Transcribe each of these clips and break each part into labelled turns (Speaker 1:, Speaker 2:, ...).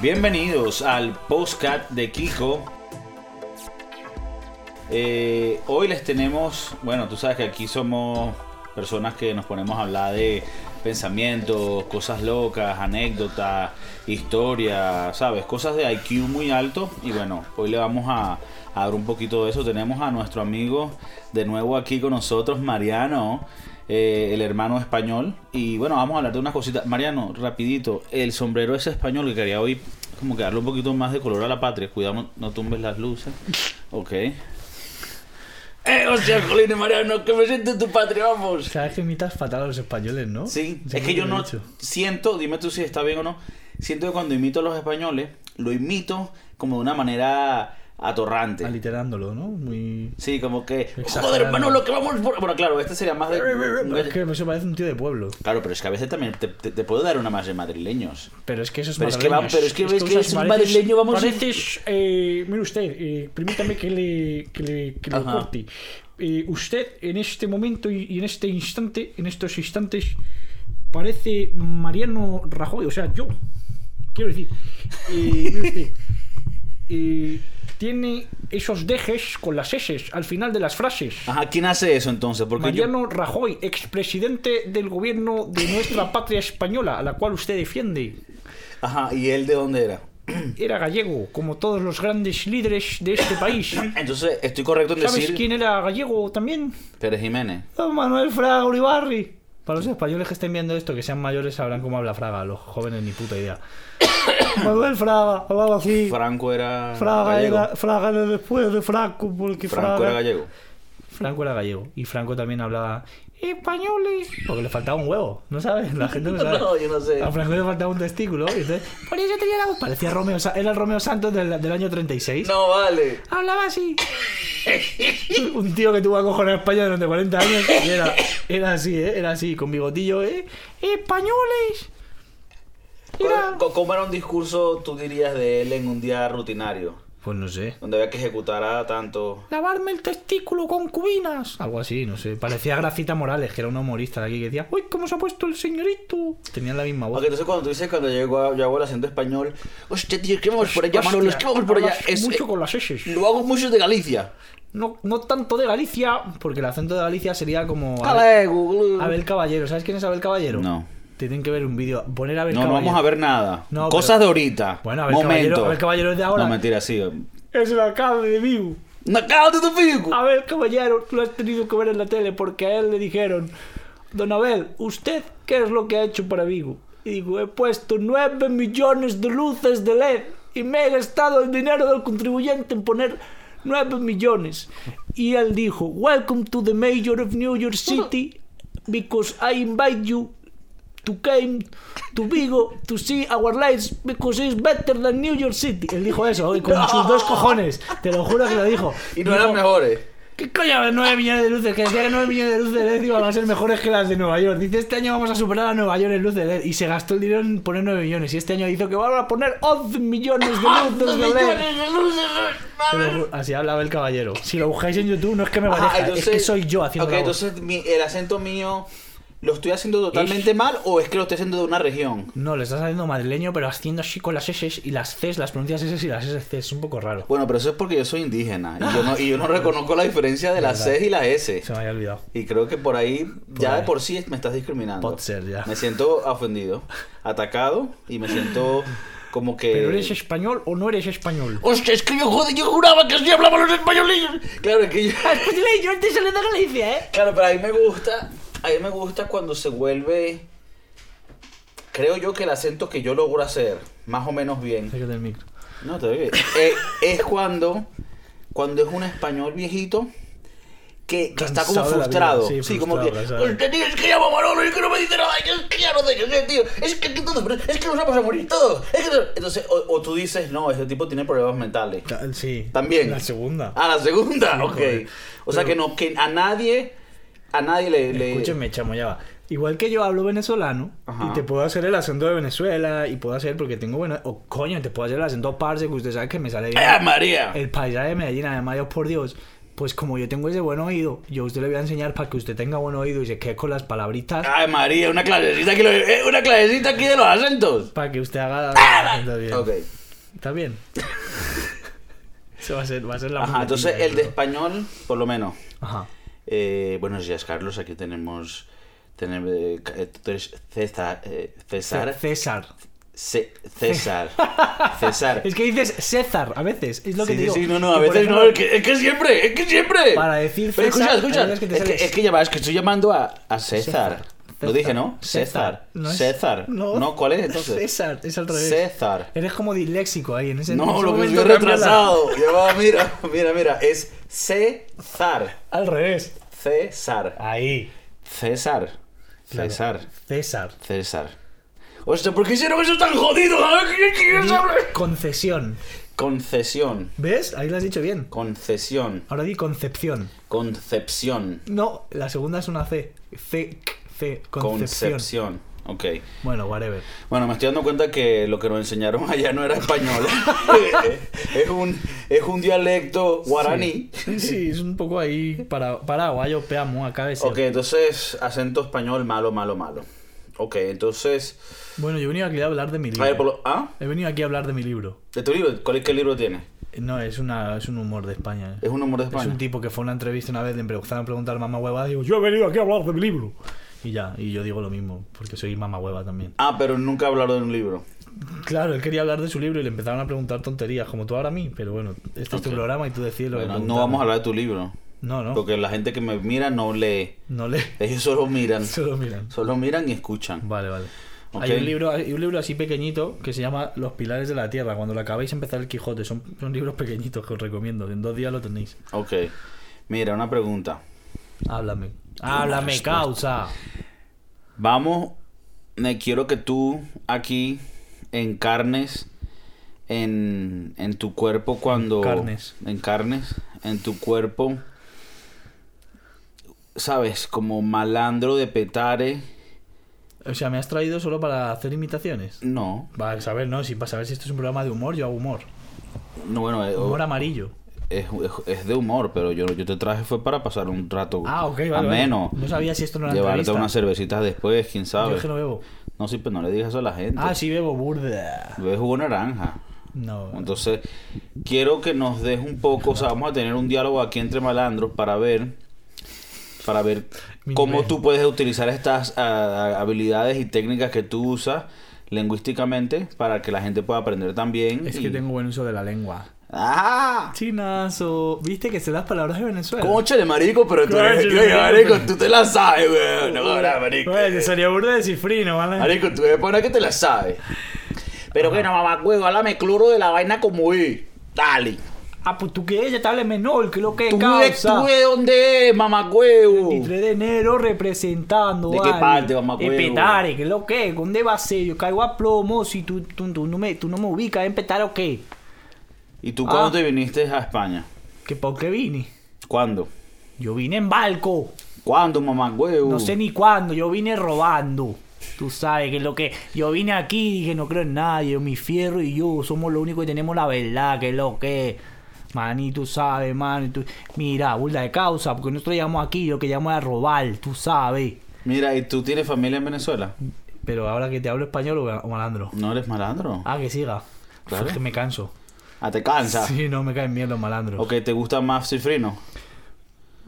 Speaker 1: Bienvenidos al postcat de Kiko. Eh, hoy les tenemos, bueno, tú sabes que aquí somos personas que nos ponemos a hablar de pensamientos, cosas locas, anécdotas, historia, ¿sabes? Cosas de IQ muy alto. Y bueno, hoy le vamos a, a dar un poquito de eso. Tenemos a nuestro amigo de nuevo aquí con nosotros, Mariano. eh, el hermano español y bueno vamos a hablar de unas cositas Mariano rapidito el sombrero ese español que quería hoy como que darle un poquito más de color a la patria cuidado no tumbes las luces ok eh hostia Colín y Mariano que me siento en tu patria vamos
Speaker 2: Sabes que imitas fatal a los españoles, ¿no?
Speaker 1: Sí,
Speaker 2: Siempre
Speaker 1: es que yo
Speaker 2: lo he
Speaker 1: no
Speaker 2: hecho.
Speaker 1: siento, dime tú si está bien o no, siento que cuando imito a los españoles, lo imito como de una manera atorrante.
Speaker 2: Aliterándolo, ¿no? Muy.
Speaker 1: Sí, como que...
Speaker 2: Exagerando.
Speaker 1: Joder, hermano, lo que vamos... por-". Bueno, claro, este sería más
Speaker 2: Es
Speaker 1: de...
Speaker 2: que eso parece un tío de pueblo.
Speaker 1: Claro, pero es que a veces también te, te- te puedo dar una más de madrileños.
Speaker 2: Pero es que eso es
Speaker 1: Pero es que va-
Speaker 2: madrileño.
Speaker 1: pero es que ves que
Speaker 2: usas-
Speaker 1: es un madrileño, vamos a-
Speaker 2: Pareces. eh, mire usted, eh, permítame que le, que le, que le
Speaker 1: Ajá.
Speaker 2: corte. Eh, usted en este momento y, y en este instante, en estos instantes, parece Mariano Rajoy, o sea, yo. Quiero decir. eh, mire usted, eh, tiene esos dejes con las S al final de las frases.
Speaker 1: Ajá, ¿quién hace eso entonces? Porque Ah, yo-
Speaker 2: Mariano Rajoy, expresidente del gobierno de nuestra patria española, a la cual usted defiende.
Speaker 1: Ajá, ¿y él de dónde era?
Speaker 2: Era gallego, como todos los grandes líderes de este país.
Speaker 1: Entonces, estoy correcto en
Speaker 2: ¿Sabes
Speaker 1: decir...
Speaker 2: quién era gallego también?
Speaker 1: Pérez Jiménez.
Speaker 2: Don Manuel Fraga Uribarri. Para los españoles que estén viendo esto, que sean mayores, sabrán cómo habla Fraga. Los jóvenes ni puta idea. Manuel Fraga, hablaba así.
Speaker 1: Franco era
Speaker 2: Fraga
Speaker 1: gallego.
Speaker 2: era, Fraga era después de Franco, porque
Speaker 1: Franco
Speaker 2: Fraga...
Speaker 1: era gallego.
Speaker 2: Franco era gallego. Y Franco también hablaba españoles. Porque le faltaba un huevo, ¿no sabes? La gente no sabe.
Speaker 1: No, yo no sé.
Speaker 2: A Franco le faltaba un testículo. Y entonces, por eso tenía la voz. Parecía Romeo. Sa- Era el Romeo Santos del, del año 36.
Speaker 1: No vale.
Speaker 2: Hablaba así. un tío que tuvo a en España durante 40 años. Y era, era así, ¿eh? Era así, con bigotillo, ¿eh? ¡Españoles! Era...
Speaker 1: Co- ¿Cómo era un discurso, tú dirías, de él en un día rutinario?
Speaker 2: Pues no sé.
Speaker 1: Donde había que ejecutar a tanto...
Speaker 2: Lavarme el testículo con cubinas. Algo así, no sé. Parecía Gracita Morales, que era una humorista de aquí que decía, uy, cómo se ha puesto el señorito. Tenían la misma voz.
Speaker 1: Ok, entonces cuando tú dices, cuando llego a- yo hago el acento español, hostia, tío, ¿qué vamos por allá,
Speaker 2: Hostia,
Speaker 1: Manolo? ¿Qué vamos por allá?
Speaker 2: hablas
Speaker 1: Es-
Speaker 2: Pues mucho con las
Speaker 1: eh,
Speaker 2: S.
Speaker 1: Lo hago mucho de Galicia.
Speaker 2: No, no tanto de Galicia, porque el acento de Galicia sería como Abel,
Speaker 1: Dale, eh, Google.
Speaker 2: Abel Caballero. ¿Sabes quién es Abel Caballero?
Speaker 1: No.
Speaker 2: Tienen que ver un vídeo. Poner Abel
Speaker 1: No, no
Speaker 2: Caballero.
Speaker 1: vamos a ver nada.
Speaker 2: No,
Speaker 1: Cosas
Speaker 2: pero-
Speaker 1: de ahorita.
Speaker 2: Bueno, Abel
Speaker 1: Momento.
Speaker 2: Caballero- Abel Caballero es de ahora.
Speaker 1: No, mentira, sí.
Speaker 2: Es el alcalde de Viu.
Speaker 1: ¡No, cállate tu pico!
Speaker 2: Abel Caballero, tú lo has tenido que ver en la tele porque a él le dijeron, Don Abel, ¿usted qué es lo que ha hecho para Vigo? Y digo, he puesto 9 millones de luces de LED y me he gastado el dinero del contribuyente en poner 9 millones. Y él dijo, Welcome to the mayor of New York City because I invite you to came to Vigo to see our lights because it's better than New York City. Él dijo eso, y con sus dos cojones, te lo juro que lo dijo.
Speaker 1: Y no eran mejores.
Speaker 2: ¿Qué coño de 9 millones de luces? Que decía que 9 millones de luces de LED iban a ser mejores que las de Nueva York. Dice, este año vamos a superar a Nueva York en luz de LED. Y se gastó el dinero en poner 9 millones. Y este año hizo que van a poner 11 millones de luces de LED. Te lo juro, Así hablaba el caballero. Si lo buscáis en YouTube, no es que me
Speaker 1: Ajá,
Speaker 2: parezca, es
Speaker 1: entonces-
Speaker 2: que soy Ah, yo haciendo
Speaker 1: Ok,
Speaker 2: la voz.
Speaker 1: entonces mi- el acento mío, ¿lo estoy haciendo totalmente mal o es que lo estoy haciendo de una región?
Speaker 2: No, le estás haciendo madrileño, pero haciendo así con las S y las Cs, las pronuncias S y las SC. Es un poco raro.
Speaker 1: Bueno, pero eso es porque yo soy indígena y yo no, y yo no reconozco la diferencia de las C y las S.
Speaker 2: Se me había olvidado.
Speaker 1: Y creo que por ahí ya
Speaker 2: ahí.
Speaker 1: de por sí me estás discriminando.
Speaker 2: Pot ser, ya.
Speaker 1: Me siento ofendido, atacado y me siento como que...
Speaker 2: ¿Pero eres español o no eres español?
Speaker 1: Hostia, es que yo, joder, yo juraba que así hablaban los españoles. Claro, es que yo...
Speaker 2: Español, yo antes de Galicia, ¿eh?
Speaker 1: Claro, pero a mí me gusta, a mí me gusta cuando se vuelve... Creo yo que el acento que yo logro hacer, más o menos bien,
Speaker 2: Acércate el micro.
Speaker 1: No, te doy. Eh, es cuando, cuando es un español viejito que, que está como
Speaker 2: Cansado de la vida,
Speaker 1: frustrado. Sí,
Speaker 2: sí,
Speaker 1: como que.
Speaker 2: frustrado, ¿sabes?
Speaker 1: "Hostia, tío, es que llamo a Manolo y que no me dice nada. y Es que ya no sé qué hacer, tío. Es que, aquí todos- es que nos vamos a morir todos. es que no-". Entonces, o, o tú dices, no, ese tipo tiene problemas mentales.
Speaker 2: Ta- Sí.
Speaker 1: También. Ah,
Speaker 2: La segunda.
Speaker 1: A la segunda, ok.
Speaker 2: joder.
Speaker 1: O sea
Speaker 2: Pero-
Speaker 1: que no, que a nadie. A nadie le. le-
Speaker 2: Escúchame, chamo, ya va. Igual que yo hablo venezolano
Speaker 1: Ajá.
Speaker 2: y te puedo hacer el acento de Venezuela y puedo hacer porque tengo bueno, o coño, te puedo hacer el acento parce que usted sabe que me sale bien.
Speaker 1: ¡Eh, María!
Speaker 2: El paisaje de Medellín, además, Dios por Dios. Pues como yo tengo ese buen oído, yo a usted le voy a enseñar para que usted tenga buen oído y se quede con las palabritas.
Speaker 1: Ay, María, una clasecita aquí, lo- eh, una clasecita aquí de los acentos.
Speaker 2: Para que usted haga.
Speaker 1: Ah.
Speaker 2: Está bien. Está bien. Eso va a ser, va a ser la
Speaker 1: Ajá,
Speaker 2: muletilla,
Speaker 1: entonces el
Speaker 2: yo
Speaker 1: de
Speaker 2: creo.
Speaker 1: español, por lo menos.
Speaker 2: Ajá.
Speaker 1: Eh, buenos días, Carlos. Aquí tenemos. tenemos eh, ca- eh, tú eres César. eh, César.
Speaker 2: César.
Speaker 1: Ce- César. César.
Speaker 2: Es que dices César a veces. Es lo que
Speaker 1: Sí,
Speaker 2: te digo.
Speaker 1: sí, no, no, a
Speaker 2: Y por
Speaker 1: veces no,
Speaker 2: ejemplo,
Speaker 1: es que, es que siempre, es que siempre.
Speaker 2: Para decir
Speaker 1: Pero
Speaker 2: César, hay
Speaker 1: escucha,
Speaker 2: veces que te
Speaker 1: escucha, es que,
Speaker 2: sales-
Speaker 1: es que ya va, es que estoy llamando a, a César.
Speaker 2: César.
Speaker 1: Lo dije, ¿no? César.
Speaker 2: No es-
Speaker 1: César. No, ¿cuál es entonces?
Speaker 2: César, es al revés.
Speaker 1: César.
Speaker 2: Eres como disléxico ahí en ese en
Speaker 1: No,
Speaker 2: ese
Speaker 1: lo que
Speaker 2: momento
Speaker 1: estoy
Speaker 2: cambia la-
Speaker 1: retrasado. Ya va, mira, mira, mira. Es César.
Speaker 2: Al revés.
Speaker 1: César.
Speaker 2: Ahí.
Speaker 1: César.
Speaker 2: Ah, Claro.
Speaker 1: César.
Speaker 2: César.
Speaker 1: César. Hostia, ¿por qué hicieron eso tan jodido? A ver, ¿qué quieres hablar?
Speaker 2: Concesión.
Speaker 1: Concesión.
Speaker 2: ¿Ves? Ahí lo has dicho bien.
Speaker 1: Concesión.
Speaker 2: Ahora di concepción.
Speaker 1: Concepción.
Speaker 2: No, la segunda es una C. C, C, concepción.
Speaker 1: Concepción. Ok.
Speaker 2: Bueno, whatever.
Speaker 1: Bueno, me estoy dando cuenta que lo que nos enseñaron allá no era español. es, un, es un dialecto guaraní.
Speaker 2: Sí, es un poco ahí para, paraguayo, peamo, acá de ser.
Speaker 1: Ok, entonces acento español malo, malo, malo. Ok, entonces...
Speaker 2: Bueno, yo he venido aquí a hablar de mi
Speaker 1: A
Speaker 2: libro.
Speaker 1: ver, por lo- ¿Ah?
Speaker 2: He venido aquí a hablar de mi libro.
Speaker 1: ¿De tu libro? ¿Cuál, ¿Qué libro tiene?
Speaker 2: No, es, una, es un humor de España. ¿eh?
Speaker 1: Es un humor de
Speaker 2: Es
Speaker 1: España.
Speaker 2: un tipo que fue a una entrevista una vez, le empezaron a preguntar mamá hueva, digo, yo he venido aquí a hablar de mi libro. Y ya, y yo digo lo mismo, porque soy mamá hueva también.
Speaker 1: Ah, pero nunca hablaron de un libro.
Speaker 2: Claro, él quería hablar de su libro y le empezaron a preguntar tonterías, como tú ahora a mí, pero bueno, este es tu
Speaker 1: Ok.
Speaker 2: programa y tú decides lo
Speaker 1: Bueno,
Speaker 2: que
Speaker 1: no vamos a hablar de tu libro.
Speaker 2: No, no,
Speaker 1: Porque la gente que me mira no lee.
Speaker 2: no le...
Speaker 1: Ellos solo miran.
Speaker 2: Solo miran.
Speaker 1: Solo miran y escuchan.
Speaker 2: Vale, vale.
Speaker 1: Ok.
Speaker 2: Hay, un libro, hay un libro así pequeñito que se llama Los Pilares de la Tierra. Cuando lo acabéis empezar el Quijote. Son, son libros pequeñitos que os recomiendo. En dos días lo tenéis.
Speaker 1: Ok. Mira, una pregunta.
Speaker 2: Háblame. Háblame,
Speaker 1: respuesta.
Speaker 2: causa.
Speaker 1: Vamos, me quiero que tú aquí encarnes en, en tu cuerpo cuando...
Speaker 2: Encarnes.
Speaker 1: Encarnes en tu cuerpo. Sabes, como malandro de petare.
Speaker 2: O sea, me has traído solo para hacer imitaciones.
Speaker 1: No.
Speaker 2: Para saber, ¿no? Si, para saber si esto es un programa de humor, yo hago humor.
Speaker 1: No, bueno, eh,
Speaker 2: Humor amarillo.
Speaker 1: es, es- es de humor, pero yo, yo te traje fue para pasar un rato
Speaker 2: Ah, ok, vale. vale.
Speaker 1: ameno.
Speaker 2: No sabía si esto no era
Speaker 1: Llevarte
Speaker 2: entrevista.
Speaker 1: unas cervecitas después, quién
Speaker 2: Yo
Speaker 1: sabe.
Speaker 2: es que no bebo.
Speaker 1: No, sí, pero no le digas eso a la gente.
Speaker 2: Ah, sí bebo burda.
Speaker 1: Bebes jugo de naranja.
Speaker 2: No.
Speaker 1: Entonces, quiero que nos des un poco, o sea, vamos a tener un diálogo aquí entre malandros para ver para ver
Speaker 2: Mi
Speaker 1: cómo
Speaker 2: nivel.
Speaker 1: tú puedes utilizar estas ah, habilidades y técnicas que tú usas lingüísticamente para que la gente pueda aprender también.
Speaker 2: Es
Speaker 1: y-
Speaker 2: que tengo buen uso de la lengua.
Speaker 1: ¡Ah!
Speaker 2: Chinazo. ¿Viste que se las palabras de Venezuela?
Speaker 1: Cónchale, marico, pero tú eres...
Speaker 2: Cónchale,
Speaker 1: Oye,
Speaker 2: marico.
Speaker 1: marico, tú te la sabes, güey. No, ahora, marico.
Speaker 2: Bueno, sería burda de cifrino, ¿vale?
Speaker 1: Marico, tú eres para que te la sabes. Pero bueno, mamá, güey, háblame cloro de la vaina como es. Dale.
Speaker 2: Ah, pues tú que ella te hables menor, que lo que
Speaker 1: ¿Tú de,
Speaker 2: causa.
Speaker 1: tú eh. de dónde es, mamagüevo?
Speaker 2: 23 de enero representando.
Speaker 1: ¿De qué
Speaker 2: vale.
Speaker 1: parte, mamacuevo?
Speaker 2: De Petare, que lo que, ¿dónde va a ser? Yo caigo a plomo si tú, tú, tú no, me, tú no me ubicas en Petare o qué.
Speaker 1: ¿Y tú
Speaker 2: Ah.
Speaker 1: cuándo te viniste a España?
Speaker 2: ¿Que por qué vine?
Speaker 1: ¿Cuándo?
Speaker 2: Yo vine en barco,
Speaker 1: ¿Cuándo, mamagüevo?
Speaker 2: no sé ni cuándo, yo vine robando. Tú sabes que lo que. Yo vine aquí y dije, no creo en nadie, yo, mi fierro y yo somos los únicos que tenemos la verdad, que lo que. Mani, tú sabes, mani. Tú... Mira, burda de causa, porque nosotros llegamos aquí, lo que llamamos a robar, tú sabes.
Speaker 1: Mira, ¿y tú tienes familia en Venezuela?
Speaker 2: Pero ahora que te hablo español o o malandro.
Speaker 1: ¿No eres malandro?
Speaker 2: Ah, que siga.
Speaker 1: Claro.
Speaker 2: Es que me canso.
Speaker 1: Ah, te cansa.
Speaker 2: Sí, no me caen bien los malandros.
Speaker 1: Ok, ¿te gusta más cifrino?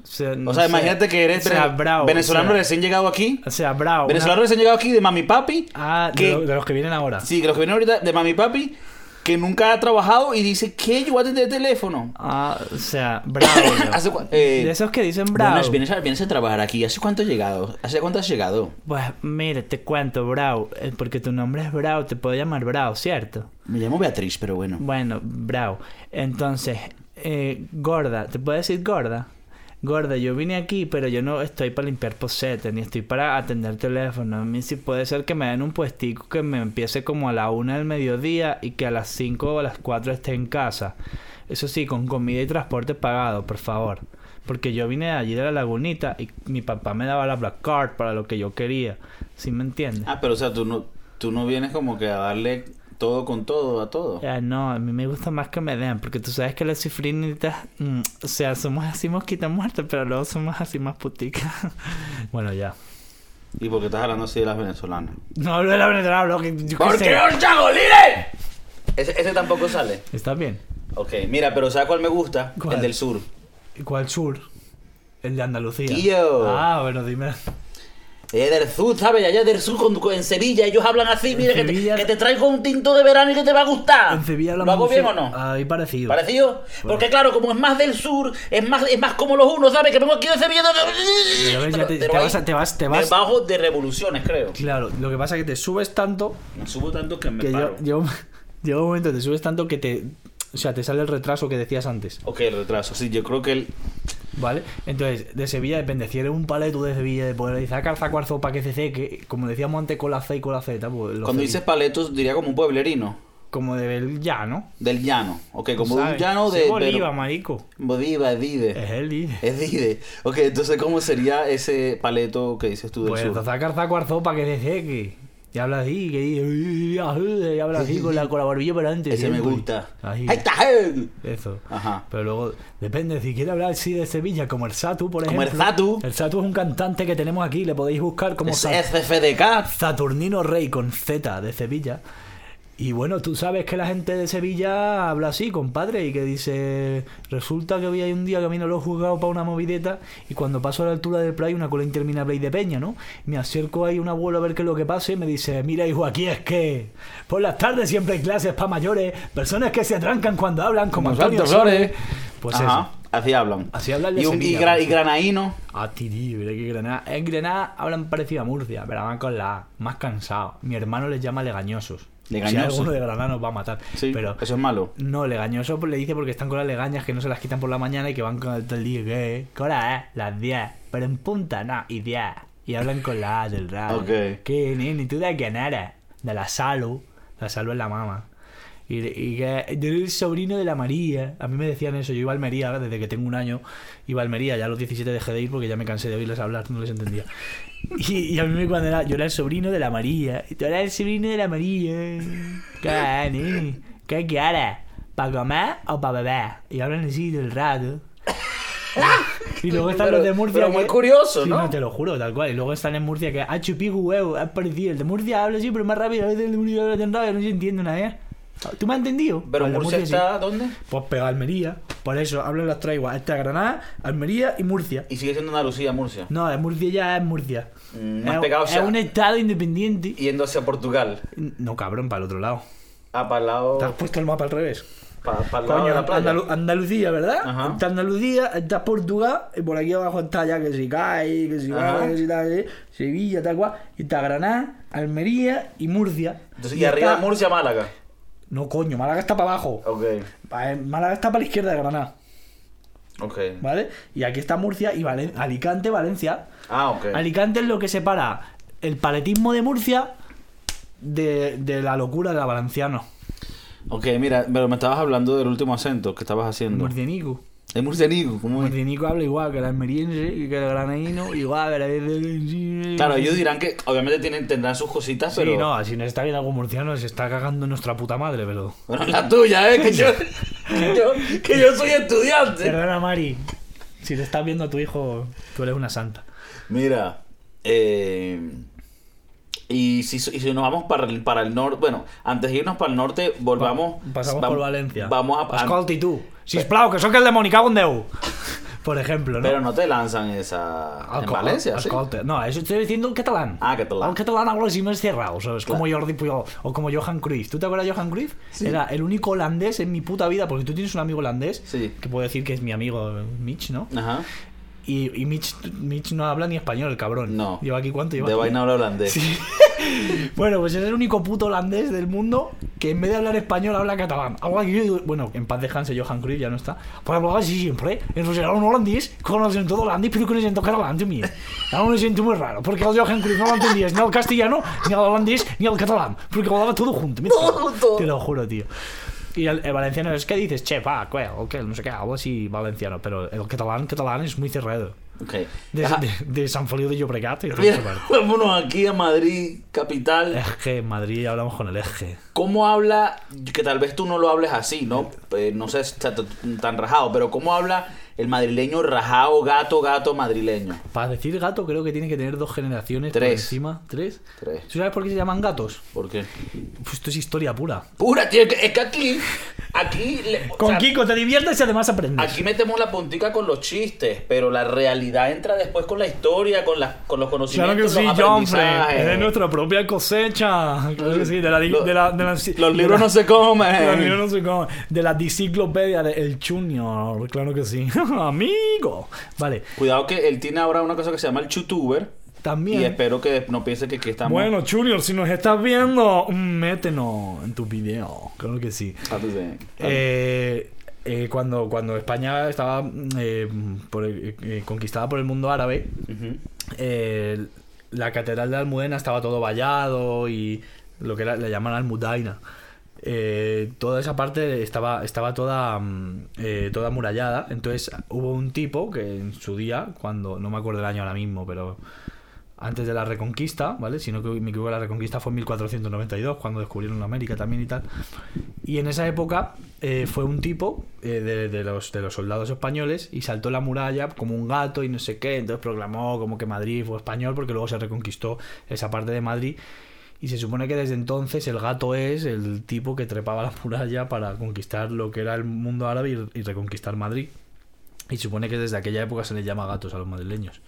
Speaker 2: O sea, no
Speaker 1: O sea,
Speaker 2: sé.
Speaker 1: imagínate que eres
Speaker 2: O sea,
Speaker 1: vene-
Speaker 2: bravo,
Speaker 1: venezolano
Speaker 2: o sea,
Speaker 1: recién llegado aquí.
Speaker 2: O sea, bravo.
Speaker 1: Venezolano
Speaker 2: una-
Speaker 1: recién llegado aquí de mami papi.
Speaker 2: Ah, de,
Speaker 1: que-
Speaker 2: lo- de los que vienen ahora.
Speaker 1: Sí, que los que vienen ahorita de mami papi, que nunca ha trabajado y dice, ¿qué? Yo voy a atender el teléfono.
Speaker 2: Ah, o sea, bravo. yo.
Speaker 1: ¿Hace cua- eh,
Speaker 2: de esos que dicen bravo.
Speaker 1: Bueno, vienes a, vienes a trabajar aquí. ¿Hace cuánto has llegado? ¿Hace cuánto has llegado?
Speaker 2: Pues mira, te cuento, bravo. eh, Porque tu nombre es bravo, te puedo llamar bravo, ¿cierto?
Speaker 1: Me llamo Beatriz, pero bueno.
Speaker 2: Bueno, bravo. Entonces, eh, gorda, ¿te puedo decir gorda? Gorda, yo vine aquí, pero yo no estoy para limpiar posetes, ni estoy para atender teléfono. A mí sí puede ser que me den un puestico que me empiece como a la una del mediodía y que a las 5 o a las 4 esté en casa. Eso sí, con comida y transporte pagado, por favor. Porque yo vine de allí de la lagunita y mi papá me daba la black card para lo que yo quería. ¿Sí me entiendes?
Speaker 1: Ah, pero o sea, tú no, tú no vienes como que a darle todo con todo a todo.
Speaker 2: Ah, no, a mí me gusta más que me den, porque tú sabes que las cifrinitas, mm, o sea, somos así mosquita muerta, pero luego somos así más puticas. bueno, ya.
Speaker 1: ¿Y por qué estás hablando así de las venezolanas?
Speaker 2: No hablo de la verdad, hablo que yo qué sé.
Speaker 1: Chagolire! Ese, ese tampoco sale.
Speaker 2: Está bien.
Speaker 1: Ok, mira, pero ¿sabes cuál me gusta?
Speaker 2: ¿Cuál?
Speaker 1: El del sur.
Speaker 2: ¿Y ¿Cuál sur? El de Andalucía.
Speaker 1: Tío.
Speaker 2: Ah, bueno, dime.
Speaker 1: Eh, del sur, ¿sabes? Allá del sur, con- con- en Sevilla, ellos hablan así, mira, que te,
Speaker 2: Sevilla-
Speaker 1: que te traigo un tinto de verano y que te va a gustar.
Speaker 2: En Sevilla
Speaker 1: ¿Lo
Speaker 2: hablamos Ah,
Speaker 1: hago
Speaker 2: mucho-
Speaker 1: Ah, bien o no?
Speaker 2: Ahí parecido.
Speaker 1: ¿Parecido? Porque claro, como es más del sur, es más, es más como los unos, ¿sabes? Que vengo aquí de Sevilla...
Speaker 2: Pero ves, ya te, te
Speaker 1: ahí
Speaker 2: vas, a- te vas, te
Speaker 1: me
Speaker 2: vas.
Speaker 1: bajo de revoluciones, creo.
Speaker 2: Claro, lo que pasa es que te subes tanto
Speaker 1: Me subo tanto que me
Speaker 2: que
Speaker 1: paro.
Speaker 2: yo, yo llega un momento te subes tanto que te o sea, te sale el retraso que decías antes,
Speaker 1: Ok, el retraso. Sí, yo creo que el...
Speaker 2: ¿vale? Entonces, de Sevilla depende. Si eres un paleto de Sevilla de poder y sacar zacuarzo para que se seque, como decíamos antes con la C y con la Z, pues los
Speaker 1: Cuando
Speaker 2: cebi-
Speaker 1: dices paletos, diría como un pueblerino.
Speaker 2: como de ya, ¿no?
Speaker 1: Del llano. Ok, como de un
Speaker 2: ¿Sabes?
Speaker 1: llano de...
Speaker 2: Sí,
Speaker 1: pero-
Speaker 2: Bolívar, marico.
Speaker 1: Bodiva, Dide.
Speaker 2: Es el líder.
Speaker 1: Es Dide. Ok, entonces, ¿cómo sería ese paleto que dices tú del
Speaker 2: Pues
Speaker 1: sur?
Speaker 2: sacar zacuarzo para que se seque. Y habla así, que dice, "Uy, ajú", y habla así con la, con la barbilla para adelante.
Speaker 1: Ese me
Speaker 2: siempre.
Speaker 1: gusta.
Speaker 2: Ahí,
Speaker 1: ¡Ahí está! eh!
Speaker 2: eso.
Speaker 1: Ajá.
Speaker 2: Pero luego, depende, si quiere hablar así de Sevilla, como el Satu, por
Speaker 1: Como
Speaker 2: ejemplo.
Speaker 1: el Zatu.
Speaker 2: El Satu es un cantante que tenemos aquí, le podéis buscar como
Speaker 1: Es
Speaker 2: Sa-
Speaker 1: SFDK.
Speaker 2: Saturnino Rey con Z de Sevilla. Y bueno, tú sabes que la gente de Sevilla habla así, compadre, y que dice, resulta que hoy hay un día camino a los juzgados para una movideta y cuando paso a la altura del play una cola interminable y de peña, ¿no? Me acerco ahí a un abuelo a ver qué es lo que pasa y me dice, mira hijo, aquí es que por las tardes siempre hay clases para mayores, personas que se atrancan cuando hablan como,
Speaker 1: Como
Speaker 2: Antonio
Speaker 1: Santos Flores.
Speaker 2: Flores. Pues eso.
Speaker 1: Ajá. Así hablan.
Speaker 2: Así hablan de
Speaker 1: y, un, y,
Speaker 2: Sevilla,
Speaker 1: gra-
Speaker 2: pues.
Speaker 1: y granaíno.
Speaker 2: A ti, tío, mira que Granada. En Granada hablan parecido a Murcia, pero van con la A, más cansado. Mi hermano les llama legañosos.
Speaker 1: Legañosos.
Speaker 2: Si alguno de Granada nos va a matar.
Speaker 1: Sí,
Speaker 2: pero
Speaker 1: eso es malo.
Speaker 2: no, legañosos pues, le dice porque están con las legañas que no se las quitan por la mañana y que van con el tal día que eh, con la A, las 10. Pero en punta, no, y 10. Y hablan con la A del rap.
Speaker 1: Ok.
Speaker 2: Que ni tú de Granada, de la Salu. La Salu es la mama. Y, y que yo era el sobrino de la María. A mí me decían eso. Yo iba a Almería desde que tengo un año. Iba a Almería, ya a los 17 dejé de ir porque ya me cansé de oírles hablar, no les entendía. Y, y a mí me cuando era, yo era el sobrino de la María. Y tú eras el sobrino de la María. ¿Qué, nene? ¿Qué quieres? ¿Para comer o para beber? Y hablan así del rato. Y luego están
Speaker 1: Pero-
Speaker 2: los de Murcia.
Speaker 1: pero muy
Speaker 2: que-
Speaker 1: curioso,
Speaker 2: Sí,
Speaker 1: ¿no?
Speaker 2: te lo juro, tal cual. Y luego están en Murcia que "Ah, ha chupido huevo, ha parecido. El de Murcia habla siempre más rápido, a veces el de Murcia habla tan rápido, no se entiende una vez. ¿Tú me has entendido?
Speaker 1: Pero
Speaker 2: Al de
Speaker 1: Murcia
Speaker 2: sí.
Speaker 1: está... ¿Dónde?
Speaker 2: Pues pega Almería. Por eso hablan las tres igual. Esta Granada, Almería y Murcia.
Speaker 1: Y sigue siendo Andalucía, Murcia.
Speaker 2: No, es Murcia ya es Murcia.
Speaker 1: Mm, más
Speaker 2: es,
Speaker 1: pegado, o sea-
Speaker 2: es un estado independiente.
Speaker 1: Yendo hacia Portugal.
Speaker 2: No, cabrón, para el otro lado.
Speaker 1: Ah, para el
Speaker 2: Te has
Speaker 1: lado...
Speaker 2: puesto el mapa al revés.
Speaker 1: Para, el lado
Speaker 2: Coño,
Speaker 1: de la playa.
Speaker 2: Andalu- Andalucía, ¿verdad?
Speaker 1: Ajá.
Speaker 2: Está Andalucía, está Portugal, y por aquí abajo está ya que si cae, que si
Speaker 1: Ajá.
Speaker 2: va, que si tal, eh, Sevilla, tal cual. Y está Granada, Almería y Murcia.
Speaker 1: Entonces, y arriba
Speaker 2: está-
Speaker 1: Murcia, Málaga.
Speaker 2: No, coño, Málaga está para abajo.
Speaker 1: Ok.
Speaker 2: Pa- eh, Málaga está para la izquierda de Granada,
Speaker 1: Ok.
Speaker 2: ¿vale? Y aquí está Murcia y Valen- Alicante, Valencia.
Speaker 1: Ah, ok.
Speaker 2: Alicante es lo que separa el paletismo de Murcia de, de la locura de la valenciano.
Speaker 1: Ok, mira, pero me estabas hablando del último acento que estabas haciendo.
Speaker 2: Murcianico.
Speaker 1: Es murcianico, ¿cómo es?
Speaker 2: El este Nico habla igual que el almeriense y que el granaíno, igual que el...
Speaker 1: Claro, ellos dirán que obviamente tienen, tendrán sus cositas,
Speaker 2: Sí,
Speaker 1: pero.
Speaker 2: no, si nos está viendo algún murciano se está cagando en nuestra puta madre, pero...
Speaker 1: Bueno, la tuya, ¿eh? Que yo, que yo, que yo soy estudiante.
Speaker 2: Perdona, Mari. Si te estás viendo a tu hijo, tú eres una santa.
Speaker 1: Mira, eh, y, si, y si nos vamos para el, para el norte, bueno, antes de irnos para el norte, volvamos.
Speaker 2: Pasamos
Speaker 1: vam-
Speaker 2: por Valencia.
Speaker 1: Vamos a.
Speaker 2: Escolti, tú. Sisplau, que sóc el demoni, cago en Déu. Por ejemplo, ¿no?
Speaker 1: pero no te lanzan esa. en
Speaker 2: Escolta,
Speaker 1: Valencia, sí.
Speaker 2: escolta. No, eso estoy diciendo en catalán.
Speaker 1: Ah, catalán.
Speaker 2: En catalán hablo así más cerrado, ¿sabes?
Speaker 1: Claro.
Speaker 2: Como Jordi Puyol o como Johan Cruyff. ¿Tú te acuerdas de Johan Cruyff? Era el único holandés en mi puta vida, porque tú tienes un amigo holandés,
Speaker 1: Sí.
Speaker 2: que puedo decir que es mi amigo Mitch, ¿no?
Speaker 1: Ajá.
Speaker 2: Y, y Mitch, Mitch no habla ni español, el cabrón.
Speaker 1: No.
Speaker 2: ¿Lleva aquí cuánto? Lleva
Speaker 1: De
Speaker 2: aquí-
Speaker 1: vaina habla holandés.
Speaker 2: Sí. bueno, pues es el único puto holandés del mundo que en vez de hablar español habla catalán. Algo que yo- bueno, en paz descanse Johan Cruyff, ya no está. Pues hablaba así siempre. En era un holandés con acento holandés, pero con acento catalán también. Era un acento muy raro, porque el Johan Cruyff no lo entendías ni el castellano, ni el holandés, ni el catalán. Porque hablaba todo junto. mira.
Speaker 1: Todo junto.
Speaker 2: Te lo juro, tío. Y el, el valenciano es que dices, che, va, que, o que, no sé qué, algo así valenciano. Pero el catalán, catalán es muy cerrado.
Speaker 1: Ok.
Speaker 2: De,
Speaker 1: Ajá.
Speaker 2: de- de San Feliu de Llobregat y de
Speaker 1: Mira,
Speaker 2: Puerto Verde.
Speaker 1: vámonos aquí a Madrid, capital.
Speaker 2: Eje, Madrid, ya hablamos con el eje.
Speaker 1: ¿Cómo habla? Que tal vez tú no lo hables así, ¿no? Eh, no sé si está t- tan rajado, pero ¿cómo habla el madrileño rajado, gato, gato madrileño?
Speaker 2: Para decir gato creo que tiene que tener dos generaciones por
Speaker 1: Tres.
Speaker 2: encima. ¿Tres?
Speaker 1: Tres.
Speaker 2: ¿Tú sabes por qué se llaman gatos?
Speaker 1: ¿Por qué?
Speaker 2: Pues esto es historia pura.
Speaker 1: Pura, tío, es que- es que aquí. Aquí. le- o
Speaker 2: Con
Speaker 1: sea,
Speaker 2: Kiko te diviertes y además aprendes.
Speaker 1: Aquí metemos la puntica con los chistes, pero la realidad entra después con la historia, con, las con los
Speaker 2: Claro
Speaker 1: conocimientos.
Speaker 2: que sí,
Speaker 1: los
Speaker 2: Johnfrey.
Speaker 1: aprendizajes.
Speaker 2: Es de nuestra propia cosecha. Claro que sí, de la.
Speaker 1: Lo-
Speaker 2: de la- de la- de
Speaker 1: Los libros
Speaker 2: la-
Speaker 1: no se comen.
Speaker 2: Los libros no sé cómo. De la enciclopedia de El Junior. Claro que sí. Amigo. Vale.
Speaker 1: Cuidado que él tiene ahora una cosa que se llama el youtuber. Y
Speaker 2: También.
Speaker 1: espero que no piense que aquí estamos.
Speaker 2: Bueno, Junior, si nos estás viendo, mm, métenos en tu video. Claro que sí.
Speaker 1: Ah, pues, eh,
Speaker 2: Eh, eh, cuando, cuando España estaba mm, eh, por el- eh, conquistada por el mundo árabe,
Speaker 1: ujú.
Speaker 2: eh, la catedral de Almudena estaba todo vallado y lo que era- le llaman Almudaina. Eh, toda esa parte estaba, estaba toda, mm, eh, toda amurallada. Entonces hubo un tipo que en su día, cuando no me acuerdo el año ahora mismo, pero antes de la Reconquista, ¿vale? Si no que- me equivoco, la Reconquista fue en 1492, cuando descubrieron América también y tal. Y en esa época eh, fue un tipo eh, de, de los, de los soldados españoles y saltó la muralla como un gato y no sé qué. Entonces proclamó como que Madrid fue español porque luego se reconquistó esa parte de Madrid. Y se supone que desde entonces el gato es el tipo que trepaba la muralla para conquistar lo que era el mundo árabe y- y reconquistar Madrid. Y se supone que desde aquella época se les llama gatos a los madrileños.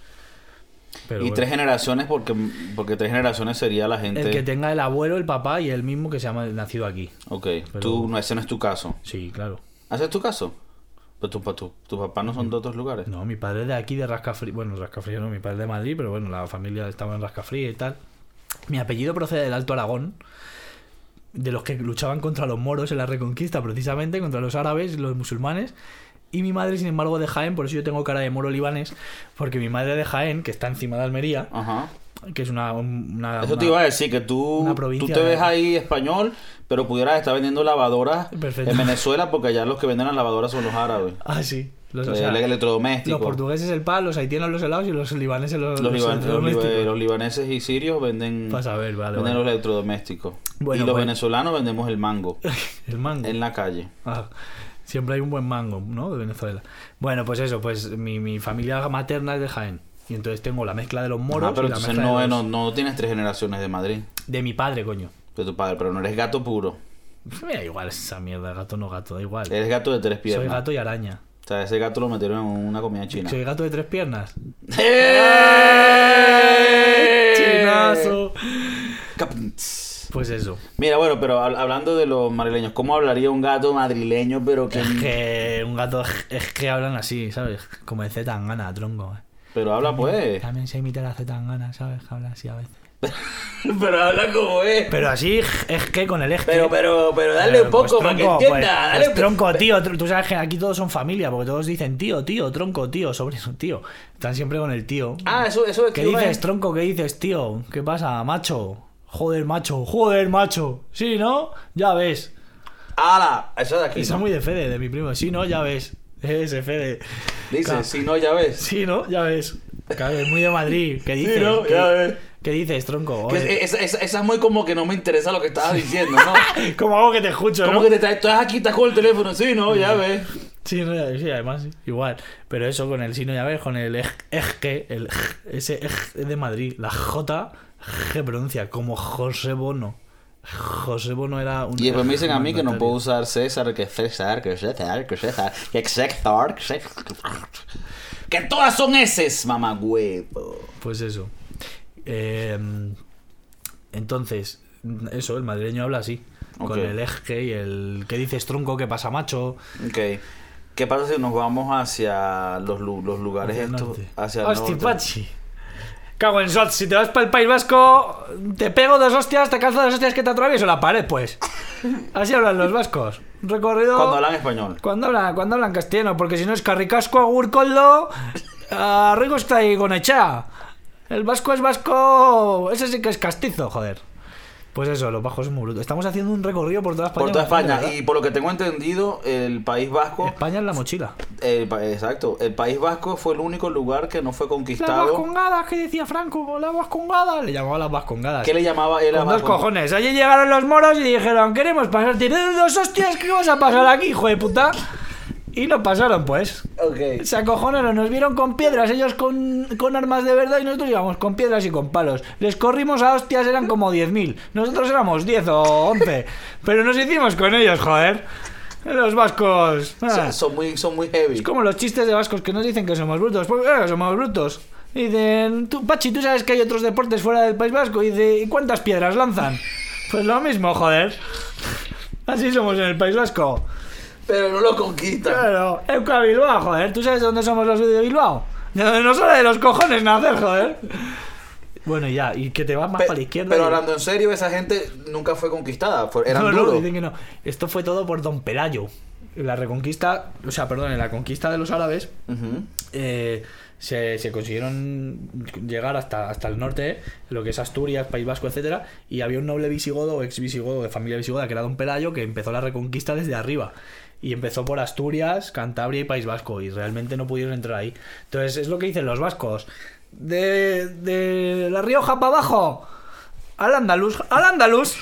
Speaker 2: Pero
Speaker 1: y
Speaker 2: bueno.
Speaker 1: tres generaciones, porque, porque tres generaciones sería la gente.
Speaker 2: El que tenga el abuelo, el papá y el mismo que se llama nacido aquí.
Speaker 1: Ok,
Speaker 2: Pero-
Speaker 1: tú, no, ese no es tu caso.
Speaker 2: Sí, claro.
Speaker 1: ¿Ese es tu caso? Pero tu, pa- tu, tu papá no son de otros lugares.
Speaker 2: No, mi padre de aquí, de Rascafría. Bueno, Rascafría no, mi padre de Madrid, pero bueno, la familia estaba en Rascafría y tal. Mi apellido procede del Alto Aragón, de los que luchaban contra los moros en la Reconquista, precisamente, contra los árabes y los musulmanes. Y mi madre, sin embargo, de Jaén, por eso yo tengo cara de moro libanés, porque mi madre de Jaén, que está encima de Almería,
Speaker 1: Ajá.
Speaker 2: que es una. una-
Speaker 1: Eso te
Speaker 2: Ah, una-
Speaker 1: iba a decir, que tú,
Speaker 2: una
Speaker 1: tú
Speaker 2: provincia
Speaker 1: te
Speaker 2: de-
Speaker 1: ves ahí español, pero pudieras estar vendiendo lavadoras
Speaker 2: Perfecto.
Speaker 1: en Venezuela, porque allá los que venden las lavadoras son los árabes.
Speaker 2: Ah, sí. Los, o
Speaker 1: Eh,
Speaker 2: sea,
Speaker 1: el electrodoméstico.
Speaker 2: los portugueses el pan, los haitianos los helados y los libaneses los,
Speaker 1: Los,
Speaker 2: los
Speaker 1: liban- los liba-
Speaker 2: domésticos.
Speaker 1: los libaneses y sirios venden,
Speaker 2: Vas a ver, vale,
Speaker 1: venden
Speaker 2: vale.
Speaker 1: los electrodomésticos.
Speaker 2: Bueno, pues.
Speaker 1: y los
Speaker 2: bueno.
Speaker 1: venezolanos vendemos el mango
Speaker 2: El mango.
Speaker 1: en la calle.
Speaker 2: Ah, siempre hay un buen mango, ¿no? De Venezuela. Bueno, pues eso, pues mi, mi familia materna es de Jaén. Y entonces tengo la mezcla de los moros
Speaker 1: Ah, pero
Speaker 2: y la
Speaker 1: entonces
Speaker 2: mezcla
Speaker 1: no,
Speaker 2: de, los-
Speaker 1: no, no tienes tres generaciones de Madrid,
Speaker 2: de mi padre, coño. Pues
Speaker 1: de tu padre, pero no eres gato puro.
Speaker 2: Me da igual esa mierda, gato no gato, da igual.
Speaker 1: Eres gato de tres piernas.
Speaker 2: Soy gato y araña.
Speaker 1: O sea, ese gato lo metieron en una comida china.
Speaker 2: Soy gato de tres piernas.
Speaker 1: ¡Eh!
Speaker 2: Chinazo.
Speaker 1: Cap-
Speaker 2: Pues eso.
Speaker 1: Mira, bueno, pero hab- hablando de los madrileños, ¿cómo hablaría un gato madrileño pero que...
Speaker 2: Es que un gato es que hablan así, ¿sabes? Como de Zetangana, tronco. ¿eh?
Speaker 1: Pero habla pues.
Speaker 2: También se imita la Zetangana, ¿sabes? Que habla así a veces.
Speaker 1: pero habla como es.
Speaker 2: Pero así es que con el eje.
Speaker 1: Pero, pero, pero dale
Speaker 2: Pero,
Speaker 1: un
Speaker 2: pues,
Speaker 1: poco para que
Speaker 2: tronco,
Speaker 1: entienda.
Speaker 2: pues,
Speaker 1: dale
Speaker 2: pues,
Speaker 1: un-
Speaker 2: tronco, tío. tr- Tú sabes que aquí todos son familia, porque todos dicen tío, tío, tronco, tío, sobrino, tío. Están siempre con el tío.
Speaker 1: Ah, eso, eso es
Speaker 2: ¿Qué
Speaker 1: tío,
Speaker 2: dices,
Speaker 1: eh.
Speaker 2: tronco? ¿Qué dices, tío? ¿Qué pasa, macho? Joder, macho, joder, macho. Sí, ¿no? Ya ves.
Speaker 1: ¡Hala! Eso de aquí.
Speaker 2: Esa
Speaker 1: ¿no?
Speaker 2: es muy de Fede, de mi primo. Sí, ¿no? Ya ves. Ese Fede.
Speaker 1: Dice,
Speaker 2: Claro.
Speaker 1: si no, ya ves.
Speaker 2: Sí, ¿no? Ya ves. Claro, es muy de Madrid. ¿Qué dices?
Speaker 1: ¿no?
Speaker 2: ¿Qué,
Speaker 1: Ya ves.
Speaker 2: ¿Qué dices, tronco?
Speaker 1: Que
Speaker 2: Oye,
Speaker 1: es- es- esa es muy como que no me interesa lo que estabas diciendo, ¿no?
Speaker 2: ¿Cómo hago que te escucho,
Speaker 1: Como
Speaker 2: no?
Speaker 1: que te estás, estás aquí, estás con el teléfono, sí, no, ya ves.
Speaker 2: Sí, no, sí, además, igual. Pero eso con el sino, ya ves, con el ej- ejque, el j- ese ej de Madrid, la J, G pronuncia como José Bono. José Bono era un.
Speaker 1: Y después me dicen a mí que no
Speaker 2: mandatario.
Speaker 1: puedo usar César, que César, que César, que César, que César, que César. Que todas son eses, mamá huevo.
Speaker 2: Pues eso. Eh, entonces, eso, el madrileño habla así. Con
Speaker 1: Ok.
Speaker 2: el ejque y el. ¿Qué dices, tronco? ¿Qué pasa, macho?
Speaker 1: Ok. ¿Qué pasa si nos vamos hacia los, lu- los lugares
Speaker 2: Hacia el
Speaker 1: estos?
Speaker 2: norte.
Speaker 1: Hacia el
Speaker 2: Hosti,
Speaker 1: norte?
Speaker 2: pachi. Cago en sol, si te vas para el País Vasco, te pego dos hostias, te calzo dos hostias que te atravieso la pared, pues. Así hablan los vascos. Un Recorrido.
Speaker 1: Cuando hablan español.
Speaker 2: Cuando hablan, cuando hablan castellano, porque si no es carricasco, agurcoldo, arrigo está y gonecha. El vasco es vasco, ese sí que es castizo, joder. Pues eso, los bajos son muy brutos. Estamos haciendo un recorrido por toda España.
Speaker 1: Por toda España.
Speaker 2: ¿verdad?
Speaker 1: Y por lo que tengo entendido, el País Vasco.
Speaker 2: España en la mochila.
Speaker 1: el pa- exacto. El País Vasco fue el único lugar que no fue
Speaker 2: Las
Speaker 1: conquistado.
Speaker 2: vascongadas que decía Franco, las vascongadas. Le llamaba las vascongadas.
Speaker 1: ¿Qué le llamaba él a
Speaker 2: Con dos
Speaker 1: Vasco?
Speaker 2: cojones. Allí llegaron los moros y dijeron, queremos pasar. Tienen dos hostias que vas a pasar aquí, hijo de puta. Y no pasaron, pues.
Speaker 1: Ok.
Speaker 2: Se acojonaron, nos vieron con piedras, ellos con, con armas de verdad y nosotros íbamos con piedras y con palos. Les corrimos a hostias, eran como 10.000. Nosotros éramos 10 o 11. Pero nos hicimos con ellos, joder. Los vascos. ah,
Speaker 1: Son- Son muy, son muy heavy.
Speaker 2: es como los chistes de vascos que nos dicen que somos brutos. Pues claro, somos brutos. Y dicen, tú, Pachi, ¿tú sabes que hay otros deportes fuera del País Vasco? Y dice, ¿y cuántas piedras lanzan? Pues lo mismo, joder. Así somos en el País Vasco.
Speaker 1: Pero no lo conquistan.
Speaker 2: Claro, Euca Bilbao, joder. ¿Tú sabes de dónde somos los de Bilbao? De donde nos sale de los cojones nacer, joder. Bueno, y ya, y que te vas más
Speaker 1: Pe-
Speaker 2: para la izquierda.
Speaker 1: pero
Speaker 2: y-
Speaker 1: hablando en serio, esa gente nunca fue conquistada. fue- eran
Speaker 2: no, no,
Speaker 1: duros.
Speaker 2: dicen que no. Esto fue todo por Don Pelayo. La reconquista, o sea, perdón, en la conquista de los árabes
Speaker 1: Ujú.
Speaker 2: eh, se, se consiguieron llegar hasta, hasta el norte, lo que es Asturias, País Vasco, etcétera, y había un noble visigodo o ex visigodo de familia visigoda que era Don Pelayo que empezó la reconquista desde arriba. Y empezó por Asturias, Cantabria y País Vasco, y realmente no pudieron entrar ahí. Entonces, es lo que dicen los vascos. De, de La Rioja para abajo, al andaluz, al andaluz.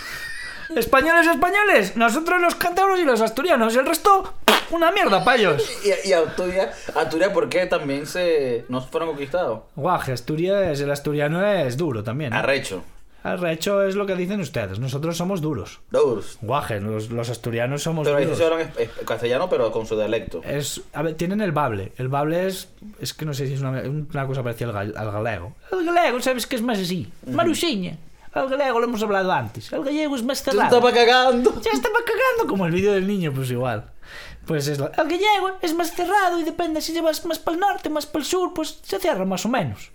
Speaker 2: Españoles, españoles, nosotros los cántabros y los asturianos, y el resto, una mierda, payos.
Speaker 1: Y, y Asturias, Asturias, ¿por qué también se no fueron conquistados?
Speaker 2: Guaje, Asturias, el asturiano es duro también. ¿eh?
Speaker 1: Arrecho.
Speaker 2: Arrecho es lo que dicen ustedes. Nosotros somos duros.
Speaker 1: Duros.
Speaker 2: Guaje, los, los asturianos somos
Speaker 1: Pero ellos
Speaker 2: duros.
Speaker 1: hablan es- es- castellano, pero con su dialecto.
Speaker 2: Es, a ver, tienen el bable. El bable es. Es que no sé si es una, una cosa parecida al, gal- al galego. El galego, ¿sabes que es más así? Marusiña. El galego lo hemos hablado antes. El gallego es más
Speaker 1: ¡Se
Speaker 2: cerrado.
Speaker 1: estaba cagando!
Speaker 2: Ya estaba cagando. Como el vídeo del niño, pues igual. Pues es lo- El gallego es más cerrado y depende si llevas más para el norte, más para el sur, pues se cierra más o menos.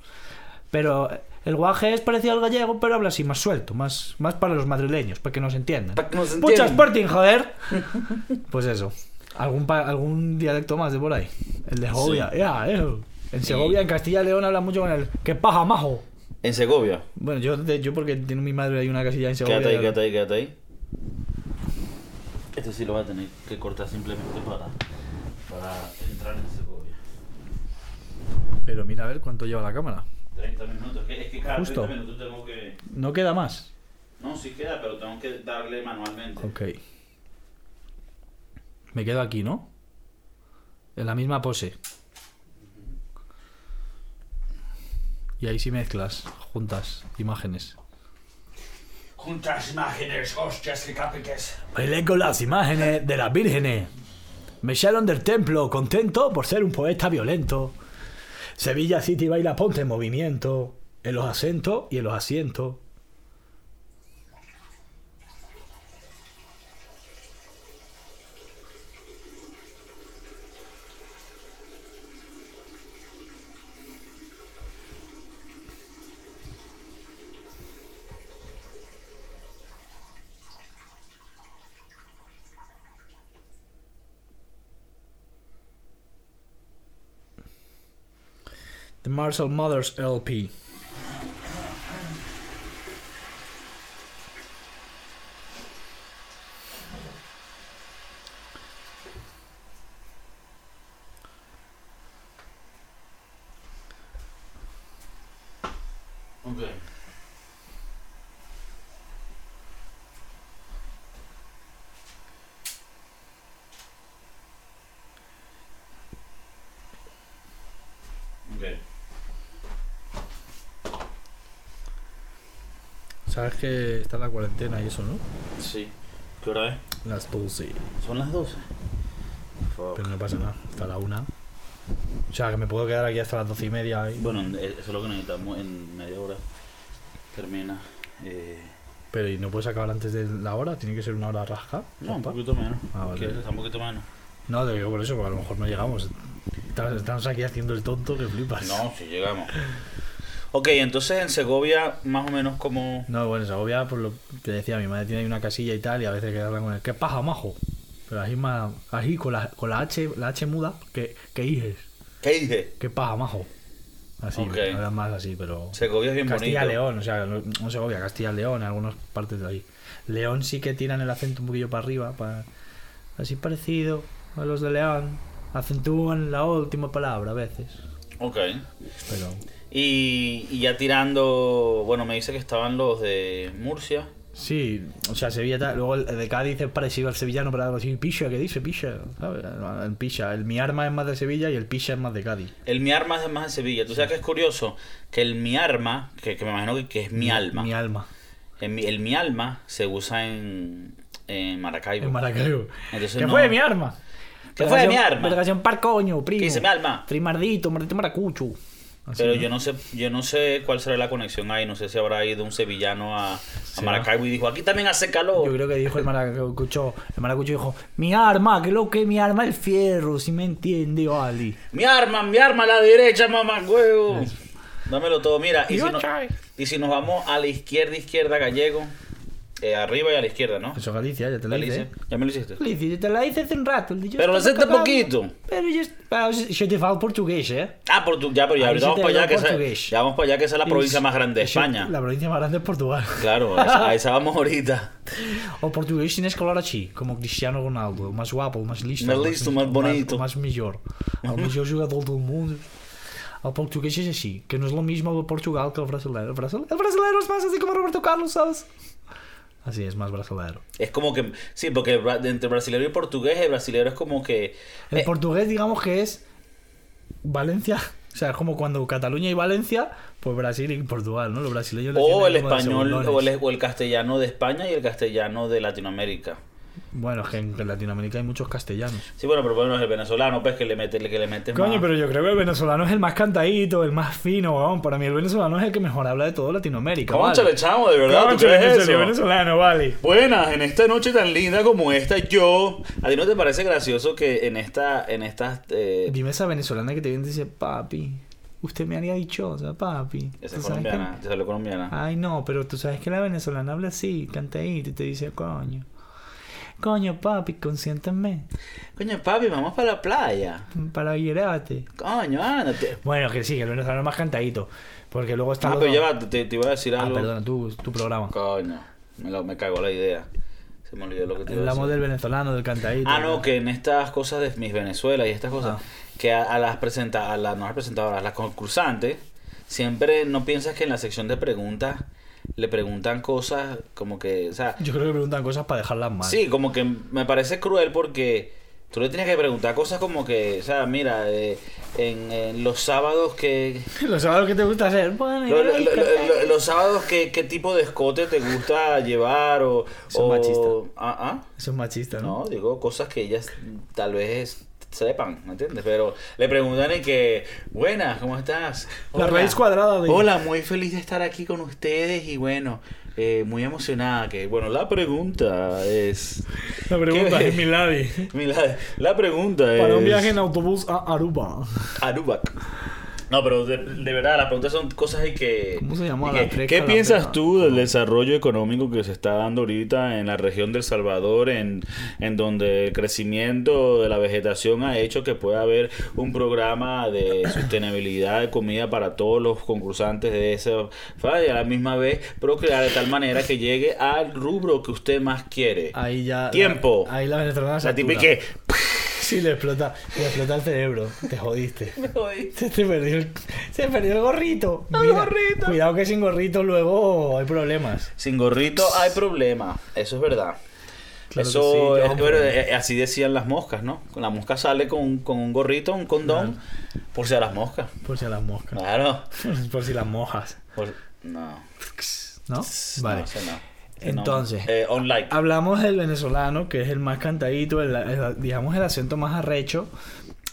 Speaker 2: Pero eh, el guaje es parecido al gallego, pero habla así más suelto, más, más para los madrileños, para que nos entiendan.
Speaker 1: Para que nos
Speaker 2: ¡Pucha
Speaker 1: entiendan.
Speaker 2: Sporting, joder! pues eso. ¿Algún, pa- algún dialecto más de por ahí? El de Segovia. Ya, eh. En Segovia, en Castilla y León, hablan mucho con el que paja majo.
Speaker 1: En Segovia.
Speaker 2: Bueno, yo, de- yo porque tiene mi madre ahí una casilla en Segovia.
Speaker 1: Quédate ahí, quédate ahí, quédate ahí. Este sí lo va a tener que cortar simplemente para, para entrar en Segovia.
Speaker 2: Pero mira a ver cuánto lleva la cámara.
Speaker 1: 30 minutos. Es que, es que cada
Speaker 2: Justo.
Speaker 1: 30 minutos tengo que...
Speaker 2: No queda más.
Speaker 1: No, sí queda, pero tengo que darle manualmente.
Speaker 2: Ok. Me quedo aquí, ¿no? En la misma pose. Y ahí sí mezclas juntas imágenes.
Speaker 1: Juntas imágenes, hostias y capiques.
Speaker 2: Bailé con las imágenes de las vírgenes. Me echaron del templo, contento por ser un poeta violento. Sevilla City baila ponte en movimiento. En los acentos y en los asientos. The Marshall Mothers LP.
Speaker 1: Ok. Ok.
Speaker 2: Sabes que está la cuarentena y eso, ¿no?
Speaker 1: Sí. ¿Qué hora es?
Speaker 2: Las 12.
Speaker 1: Son las 12. Fuck.
Speaker 2: Pero no pasa nada, hasta la 1. O sea, que me puedo quedar aquí hasta las 12 y media. y-
Speaker 1: Bueno, en-
Speaker 3: eh,
Speaker 1: eso es lo que necesitamos en media hora. Termina. Eh,
Speaker 2: Pero ¿y no puedes acabar antes de la hora? ¿Tiene que ser una hora rasca?
Speaker 1: no, un poquito menos.
Speaker 2: Ah, vale.
Speaker 1: Que está un poquito menos.
Speaker 2: No, te digo por eso, porque a lo mejor no llegamos. Estamos, estamos aquí haciendo el tonto que flipas.
Speaker 1: No, si llegamos. Ok, entonces en Segovia, más o menos como.
Speaker 2: No, bueno, Segovia, por lo que decía, mi madre tiene ahí una casilla y tal, y a veces que hablan con él. ¿Qué paja, majo? Pero así, más, así con, la, con la H la H muda, que, que hijes.
Speaker 1: ¿Qué dije?
Speaker 2: ¿Qué paja, majo? Así,
Speaker 3: Ok.
Speaker 2: no era más así, pero.
Speaker 3: Segovia es bien bonito.
Speaker 2: Castilla-León, o sea, no, no Segovia, Castilla-León, algunas partes de ahí. León sí que tiran el acento un poquillo para arriba, para... así parecido a los de León. Acentúan la última palabra a veces,
Speaker 3: Ok.
Speaker 2: pero
Speaker 3: Y, y ya tirando, bueno, me dice que estaban los de Murcia.
Speaker 2: sí, o sea, Sevilla tal. Luego el de Cádiz es parecido al sevillano, pero algo así, picha, ¿qué dice? Picha, ¿sabes? El picha, el mi arma es más de Sevilla y el picha es más de Cádiz.
Speaker 3: El mi arma es de más de Sevilla. Tú sabes que es curioso que el mi arma, que, que me imagino que, que es mi alma,
Speaker 2: Mi alma.
Speaker 3: el, mi, el mi alma se usa en, en Maracaibo.
Speaker 2: En Maracaibo.
Speaker 3: Entonces
Speaker 2: ¿Qué
Speaker 3: no-
Speaker 2: fue de mi arma?
Speaker 3: ¿Qué fue de mi
Speaker 2: Vergación-
Speaker 3: arma?
Speaker 2: Vergación par coño, primo.
Speaker 3: ¿Qué dice mi alma?
Speaker 2: Primardito, mardito maracucho. Así,
Speaker 3: Pero yo no sé, yo no sé cuál será la conexión ahí, no sé si habrá ido un sevillano a, a
Speaker 2: Será.
Speaker 3: Maracaibo y dijo, aquí también hace calor.
Speaker 2: Yo creo que dijo el maracucho, el maracucho dijo, mi arma, que lo que es mi arma el fierro, si me entiende, Ali.
Speaker 3: Mi arma, mi arma a la derecha, mamá huevo. Dámelo todo, mira. Y si,
Speaker 2: Yo
Speaker 3: no-
Speaker 2: chai.
Speaker 3: y si nos vamos a la izquierda, izquierda, gallego, eh, arriba y a la izquierda, ¿no?
Speaker 2: Eso Galicia, ya te lo
Speaker 3: Galicia.
Speaker 2: dije.
Speaker 3: Ya me lo hiciste.
Speaker 2: Galicia, yo te la hice hace un rato. el de yo
Speaker 3: Pero lo
Speaker 2: estaba
Speaker 3: hiciste
Speaker 2: acabando.
Speaker 3: poquito.
Speaker 2: Pero yo, pero yo te falo portugués, ¿eh?
Speaker 3: Ah, por tu, ya, pero ya,
Speaker 2: Ahí
Speaker 3: ahorita
Speaker 2: sí
Speaker 3: vamos
Speaker 2: te
Speaker 3: para allá,
Speaker 2: hablo
Speaker 3: que esa,
Speaker 2: portugués.
Speaker 3: ya vamos para allá, que esa es la provincia más grande de
Speaker 2: Yo-
Speaker 3: España.
Speaker 2: La provincia más grande es Portugal.
Speaker 3: Claro, a esa, a esa vamos ahorita.
Speaker 2: O portugués tienes que hablar así, como Cristiano Ronaldo, o más guapo, o más listo.
Speaker 3: Más
Speaker 2: o
Speaker 3: listo, más
Speaker 2: o
Speaker 3: bonito.
Speaker 2: o Más, mejor. O mejor jugador del mundo. El portugués es así, que no es lo mismo el Portugal que el brasileño. El brasileño, el brasileño es más así como Roberto Carlos, ¿sabes? Así es, más brasileño.
Speaker 3: Es como que, sí, porque el bra- entre brasileño y portugués, el brasileño es como que...
Speaker 2: El
Speaker 3: eh,
Speaker 2: portugués, digamos que es Valencia. O sea, es como cuando Cataluña y Valencia, pues Brasil y Portugal, ¿no? Los brasileños le
Speaker 3: o
Speaker 2: tienen
Speaker 3: el
Speaker 2: como de
Speaker 3: español
Speaker 2: segundones.
Speaker 3: o el, o el castellano de España y el castellano de Latinoamérica.
Speaker 2: Bueno, es que en Latinoamérica hay muchos castellanos.
Speaker 3: Sí, bueno, pero bueno, el venezolano, pues que le mete, que le mete
Speaker 2: Coño,
Speaker 3: más.
Speaker 2: pero yo creo que el venezolano es el más cantadito, el más fino, weón. Para mí el venezolano es el que mejor habla de todo Latinoamérica,
Speaker 3: Cónchale,
Speaker 2: vale.
Speaker 3: chamo, de verdad, ¿tú
Speaker 2: Cónchale,
Speaker 3: crees
Speaker 2: en serio,
Speaker 3: eso?
Speaker 2: venezolano, vale.
Speaker 3: Buenas, en esta noche tan linda como esta, yo... ¿A ti no te parece gracioso que en esta, en estas... eh,
Speaker 2: Dime esa venezolana que te viene y dice, papi, usted me haría dichosa, papi.
Speaker 3: esa
Speaker 2: Tú sabes
Speaker 3: es
Speaker 2: que-
Speaker 3: colombiana, esa es la colombiana.
Speaker 2: Ay, no, pero tú sabes que la venezolana habla así, cantadito, y te dice, coño. Coño, papi, consiéntame
Speaker 3: Coño, papi, vamos para la playa.
Speaker 2: para llevarte.
Speaker 3: Coño, ándate.
Speaker 2: Bueno, que sí, que el venezolano es más cantadito. Porque luego está...
Speaker 3: Ah,
Speaker 2: los
Speaker 3: pero
Speaker 2: dos-
Speaker 3: ya va, te, te iba a decir
Speaker 2: ah,
Speaker 3: algo.
Speaker 2: perdona, tu, tu programa.
Speaker 3: Coño, me, lo- me cagó la idea. Se me olvidó lo que te iba a
Speaker 2: Hablamos
Speaker 3: decir.
Speaker 2: del venezolano, del cantadito.
Speaker 3: Ah, no, que en estas cosas de mis Venezuela y estas cosas,
Speaker 2: Ah.
Speaker 3: que a, a las presenta, a las no a las presentadoras, a las concursantes, siempre no piensas que en la sección de preguntas le preguntan cosas como que, o sea,
Speaker 2: Yo creo que preguntan cosas para dejarlas mal.
Speaker 3: Sí, como que me parece cruel porque tú le tienes que preguntar cosas como que, o sea, mira, eh, en, en los sábados que...
Speaker 2: Los sábados que te gusta hacer. Bueno,
Speaker 3: lo- lo-
Speaker 2: ay,
Speaker 3: lo-
Speaker 2: café.
Speaker 3: lo- los sábados, ¿qué, ¿qué tipo de escote te gusta llevar? O,
Speaker 2: Son
Speaker 3: o-
Speaker 2: machistas.
Speaker 3: Ah, ah,
Speaker 2: Eso es machista, ¿no?
Speaker 3: No, digo cosas que ellas tal vez sepan, ¿me entiendes? Pero le preguntan y que, buenas, ¿cómo estás?
Speaker 2: La raíz cuadrada de-
Speaker 3: Hola, muy feliz de estar aquí con ustedes y bueno, eh, muy emocionada. Que, bueno, la pregunta es...
Speaker 2: La pregunta
Speaker 3: ¿Qué?
Speaker 2: es Milady.
Speaker 3: Mira, la pregunta es...
Speaker 2: Para un viaje en autobús a Aruba.
Speaker 3: Arubac. No, pero de, de verdad, las preguntas son cosas de que...
Speaker 2: ¿Cómo se llamaba
Speaker 3: de
Speaker 2: la
Speaker 3: que,
Speaker 2: fresca,
Speaker 3: ¿Qué
Speaker 2: la
Speaker 3: piensas
Speaker 2: fresca?
Speaker 3: tú del desarrollo económico que se está dando ahorita en la región del Salvador, en, en donde el crecimiento de la vegetación ha hecho que pueda haber un programa de sostenibilidad de comida para todos los concursantes de esa falla y a la misma vez procrear de tal manera que llegue al rubro que usted más quiere?
Speaker 2: Ahí ya.
Speaker 3: Tiempo.
Speaker 2: ahí la venezolana se
Speaker 3: la
Speaker 2: atura.
Speaker 3: típica que...
Speaker 2: Sí, le explota, le explota el cerebro. Te jodiste. Se te perdió el, se perdió el gorrito. El gorrito. Cuidado que sin gorrito luego hay problemas.
Speaker 3: Sin gorrito hay problema, eso es verdad.
Speaker 2: Claro que sí,
Speaker 3: eso
Speaker 2: lleva
Speaker 3: es-
Speaker 2: un
Speaker 3: pero,
Speaker 2: problema.
Speaker 3: eh, así decían las moscas, ¿no? La mosca sale con, con un gorrito, un condón, por si a las moscas.
Speaker 2: Por si a las moscas.
Speaker 3: Claro.
Speaker 2: Por si las mojas.
Speaker 3: Por- no.
Speaker 2: ¿No? Vale.
Speaker 3: No, eso no. Eso no.
Speaker 2: Entonces. Ah.
Speaker 3: Eh, on like.
Speaker 2: Hablamos del venezolano, que es el más cantadito, el, el- digamos el acento más arrecho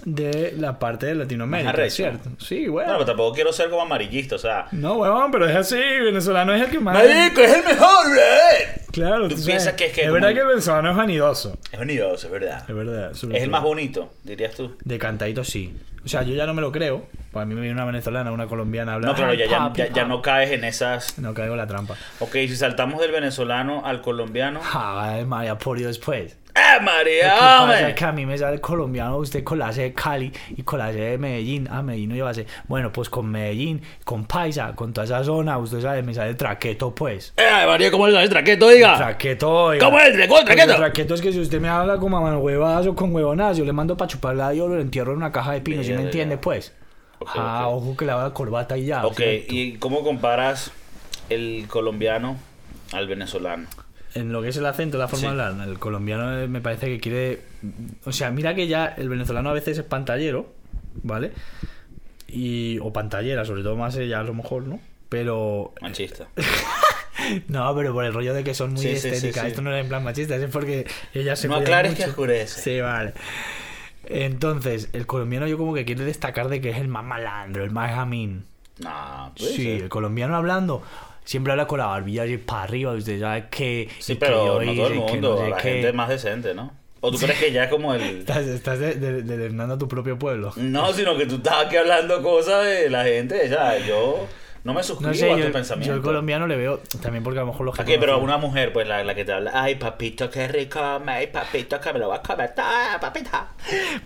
Speaker 2: de la parte de Latinoamérica,
Speaker 3: Más arrecho.
Speaker 2: ¿cierto? Sí,
Speaker 3: Bueno,
Speaker 2: bueno.
Speaker 3: pero tampoco quiero ser como amarillista, o sea.
Speaker 2: No, huevón, pero es así, venezolano es el que más...
Speaker 3: ¡Marico, es el mejor, ¿verdad?
Speaker 2: Claro,
Speaker 3: ¿Tú
Speaker 2: sabes,
Speaker 3: piensas que es que como-
Speaker 2: verdad que el venezolano es vanidoso.
Speaker 3: Es unidos, es verdad.
Speaker 2: Es verdad. sobre
Speaker 3: Es el
Speaker 2: todo.
Speaker 3: más bonito, dirías tú.
Speaker 2: De cantadito sí. O sea, yo ya no me lo creo. Para mí me viene una venezolana, una colombiana a hablar.
Speaker 3: No, claro,
Speaker 2: "Ay,
Speaker 3: ya, ya,
Speaker 2: papi,
Speaker 3: ya, ya no
Speaker 2: papi".
Speaker 3: caes en esas.
Speaker 2: No caigo en la trampa. Ah,
Speaker 3: Ok, si saltamos del venezolano al colombiano.
Speaker 2: Ja, el mayaporio después.
Speaker 3: ¡Eh, María!
Speaker 2: Lo que pasa
Speaker 3: hombre!
Speaker 2: es que a mí me sale colombiano usted con la C de Cali y con la C de Medellín. A Medellín no lleva C. Bueno, pues con Medellín, con Paisa, con toda esa zona, usted sabe, me sale traqueto, pues.
Speaker 3: ¡Eh, María, cómo es el traqueto, diga!
Speaker 2: Traqueto, oiga.
Speaker 3: ¿Cómo es el traqueto?
Speaker 2: Pues el traqueto es que si usted me habla como a mano huevazo, con huevonazo, yo le mando para chupar la yo lo entierro en una caja de pino, ¿sí me
Speaker 3: Verga.
Speaker 2: entiende, pues?
Speaker 3: Ok,
Speaker 2: ah,
Speaker 3: ok.
Speaker 2: ojo que le hago la corbata y ya.
Speaker 3: Ok,
Speaker 2: ¿sí?
Speaker 3: ¿y cómo comparas el colombiano al venezolano?
Speaker 2: En lo que es el acento, la forma
Speaker 3: Sí.
Speaker 2: de hablar, el colombiano eh, me parece que quiere. O sea, mira que ya el venezolano a veces es pantallero, ¿vale? Y, o pantallera, sobre todo más ella a lo mejor, ¿no? Pero.
Speaker 3: Machista.
Speaker 2: No, pero por el rollo de que son muy
Speaker 3: Sí, sí, sí,
Speaker 2: estéticas.
Speaker 3: sí.
Speaker 2: Esto no es en plan machista, es porque ella se
Speaker 3: No
Speaker 2: cuidan
Speaker 3: aclares que
Speaker 2: mucho.
Speaker 3: oscurece.
Speaker 2: Sí, vale. Entonces, el colombiano yo como que quiere destacar de que es el más malandro, el más jamín.
Speaker 3: No, puede
Speaker 2: Sí,
Speaker 3: ser.
Speaker 2: el colombiano hablando siempre habla con la barbilla así para arriba, usted sabe que...
Speaker 3: Sí,
Speaker 2: y que yo
Speaker 3: pero no todo el
Speaker 2: hice, que
Speaker 3: mundo,
Speaker 2: no sé
Speaker 3: la
Speaker 2: qué.
Speaker 3: gente es más decente, ¿no? ¿O tú crees que ya es como el...
Speaker 2: Estás, estás de- de- deleznando a tu propio pueblo.
Speaker 3: No, sino que tú estás aquí hablando cosas de la gente, ya, yo no me suscribo
Speaker 2: No sé,
Speaker 3: a
Speaker 2: yo,
Speaker 3: tu
Speaker 2: yo
Speaker 3: pensamiento.
Speaker 2: el colombiano le veo también porque a lo mejor los que...
Speaker 3: Aquí, pero
Speaker 2: conozco-
Speaker 3: una mujer, pues la, la que te habla, ay papito, qué rico, ay papito, que me lo vas a comer, todo, papita.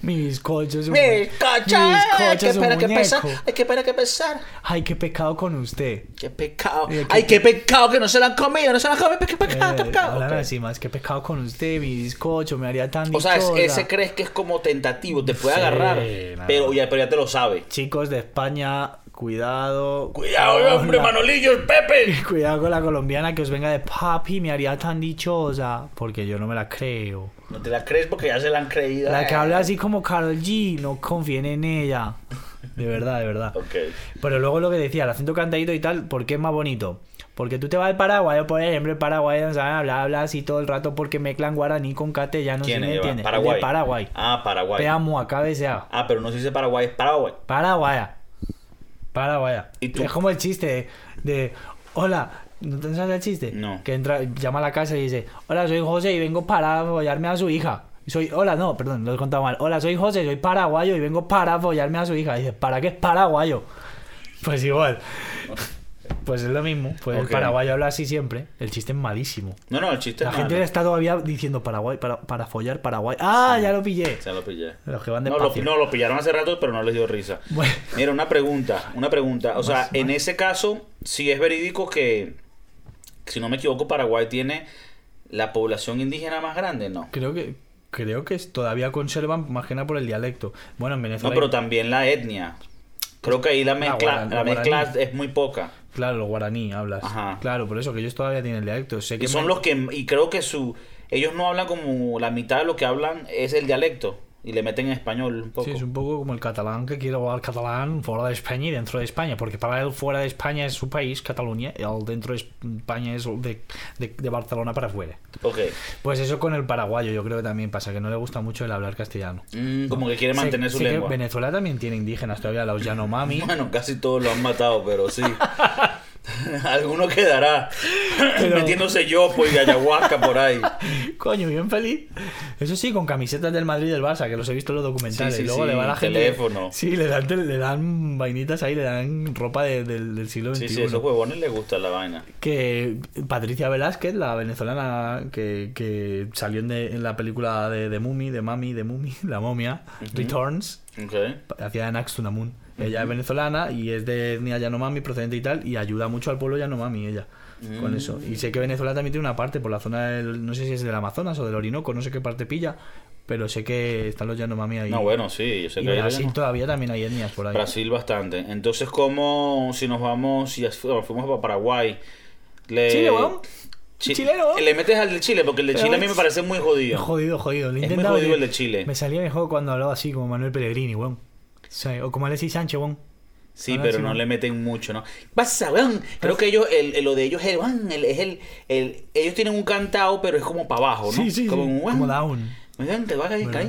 Speaker 2: Mi bizcocho es un...
Speaker 3: Mis coches, hay que
Speaker 2: es un
Speaker 3: esperar que
Speaker 2: muñeco.
Speaker 3: pesar, hay que esperar que pesar.
Speaker 2: Ay, qué pecado con usted.
Speaker 3: Qué pecado,
Speaker 2: Mira, qué
Speaker 3: ay qué pecado que no se la han comido, no se la han comido, qué pecado, qué
Speaker 2: Eh,
Speaker 3: pecado.
Speaker 2: hablan
Speaker 3: Ok.
Speaker 2: así más, qué pecado con usted, mi bizcocho, me haría tan
Speaker 3: O sea, es-
Speaker 2: dichosa.
Speaker 3: ese crees que es como tentativo, te puede
Speaker 2: Sí,
Speaker 3: agarrar,
Speaker 2: nada.
Speaker 3: pero ya, pero ya te lo sabe.
Speaker 2: Chicos de España, cuidado.
Speaker 3: Cuidado, hombre,
Speaker 2: Hola.
Speaker 3: Manolillo, el Pepe.
Speaker 2: Cuidado con la colombiana que os venga de papi, me haría tan dichosa, porque yo no me la creo.
Speaker 3: No te la crees porque ya se la han creído.
Speaker 2: La que habla así como Carol G, no confíen en ella. De verdad, de verdad.
Speaker 3: Ok.
Speaker 2: Pero luego lo que decía, el acento cantadito y tal, ¿por qué es más bonito? Porque tú te vas al Paraguay, yo por ejemplo, el Paraguay no saben hablar, hablar así todo el rato porque mezclan guaraní con castellano, ¿sí
Speaker 3: ¿Quién
Speaker 2: me
Speaker 3: es?
Speaker 2: entiendes?
Speaker 3: Paraguay.
Speaker 2: El de Paraguay.
Speaker 3: Ah, Paraguay.
Speaker 2: Te amo, acá sea.
Speaker 3: Ah, pero no se dice Paraguay, es Paraguay.
Speaker 2: Paraguaya. Paraguaya.
Speaker 3: ¿Y tú?
Speaker 2: Es como el chiste de, de, hola, ¿no te sabes el chiste?
Speaker 3: No.
Speaker 2: Que entra, llama a la casa y dice, hola, soy José y vengo para follarme a su hija. Soy, hola, no, perdón, lo he contado mal. Hola, soy José, soy paraguayo y vengo para follarme a su hija. Y dice, ¿para qué es paraguayo? Pues igual. Pues es lo mismo. Pues
Speaker 3: Ok.
Speaker 2: el paraguayo habla así siempre. El chiste es malísimo.
Speaker 3: No, no, el chiste
Speaker 2: La
Speaker 3: es
Speaker 2: gente
Speaker 3: malo.
Speaker 2: está todavía diciendo Paraguay, para, para follar Paraguay. ¡Ah, ya lo pillé!
Speaker 3: Se lo pillé.
Speaker 2: Los que van de
Speaker 3: No lo, no, lo pillaron hace rato, pero no les dio risa.
Speaker 2: Bueno.
Speaker 3: Mira, una pregunta, una pregunta. O sea, en ese caso, sí es verídico que, si no me equivoco, Paraguay tiene la población indígena más grande, ¿no?
Speaker 2: Creo que creo que es- todavía conservan más que nada por el dialecto. Bueno, en
Speaker 3: No,
Speaker 2: Venezuela
Speaker 3: pero
Speaker 2: hay-
Speaker 3: también la etnia. Creo que ahí la mezcla,
Speaker 2: guara-
Speaker 3: la
Speaker 2: la
Speaker 3: mezcla
Speaker 2: guaraní.
Speaker 3: es muy poca.
Speaker 2: claro, los guaraní hablas.
Speaker 3: Ajá.
Speaker 2: Claro, por eso que ellos todavía tienen el dialecto. Sé que
Speaker 3: Y son
Speaker 2: me-
Speaker 3: los que, y creo que su, ellos no hablan como la mitad de lo que hablan es el dialecto. Y le meten en español un poco.
Speaker 2: Sí, es un poco como el catalán que quiere hablar catalán fuera de España y dentro de España, porque para él fuera de España es su país, Cataluña, y el dentro de España es de, de- de Barcelona para afuera.
Speaker 3: Ok.
Speaker 2: Pues eso con el paraguayo yo creo que también pasa, que no le gusta mucho el hablar castellano.
Speaker 3: Mm, como que quiere mantener
Speaker 2: Sé-
Speaker 3: su
Speaker 2: sé que
Speaker 3: lengua.
Speaker 2: Venezuela también tiene indígenas todavía, los Yanomami.
Speaker 3: Bueno, casi todos lo han matado, pero sí. Alguno quedará
Speaker 2: Pero-
Speaker 3: metiéndose yopo y ayahuasca por ahí.
Speaker 2: Coño, bien feliz. Eso sí, con camisetas del Madrid y del Barça, que los he visto en los documentales.
Speaker 3: Sí, sí,
Speaker 2: Luego
Speaker 3: sí,
Speaker 2: le va la gente.
Speaker 3: teléfono.
Speaker 2: Sí, le dan, tel- le dan vainitas ahí, le dan ropa de- del- del siglo XXI.
Speaker 3: Sí, sí, a esos huevones les gusta la vaina.
Speaker 2: Que Patricia Velázquez, la venezolana que, que salió en, de- en la película de, de Mumi, de Mami, de Mumi, La Momia, Returns,
Speaker 3: Ok.
Speaker 2: hacía en Axunamun. Ella es venezolana y es de etnia Yanomami, procedente y tal, y ayuda mucho al pueblo Yanomami ella
Speaker 3: Mm.
Speaker 2: con eso. Y sé que Venezuela también tiene una parte por la zona del, no sé si es del Amazonas o del Orinoco, no sé qué parte pilla, pero sé que están los Yanomami ahí.
Speaker 3: No, bueno, sí, yo sé
Speaker 2: y
Speaker 3: que hay
Speaker 2: Brasil
Speaker 3: algo.
Speaker 2: todavía también hay etnias por ahí.
Speaker 3: Brasil bastante. Entonces, ¿cómo si nos vamos, si fu- fuimos para Paraguay? Le...
Speaker 2: Chile, weón.
Speaker 3: Chi-
Speaker 2: Chileno, weón.
Speaker 3: Le metes al de Chile, porque el de
Speaker 2: Pero
Speaker 3: Chile a mí
Speaker 2: es-
Speaker 3: me parece muy jodido.
Speaker 2: Jodido, jodido. Le
Speaker 3: muy
Speaker 2: intentaba
Speaker 3: jodido
Speaker 2: decir-
Speaker 3: el de Chile.
Speaker 2: Me salía mejor cuando hablaba así como Manuel Pellegrini, weón. Sí, O como Alexis Sánchez, weón.
Speaker 3: Sí,
Speaker 2: Ahora
Speaker 3: pero
Speaker 2: sí,
Speaker 3: no
Speaker 2: weón.
Speaker 3: le meten mucho, ¿no? Pasa, weón. Creo que ellos, el, el- lo de ellos es, weón, el, es el, el- Ellos tienen un cantado, pero es como para abajo, ¿no?
Speaker 2: Sí, sí,
Speaker 3: como
Speaker 2: sí,
Speaker 3: un weón.
Speaker 2: como Down.
Speaker 3: Weón, te vas a caer, caer,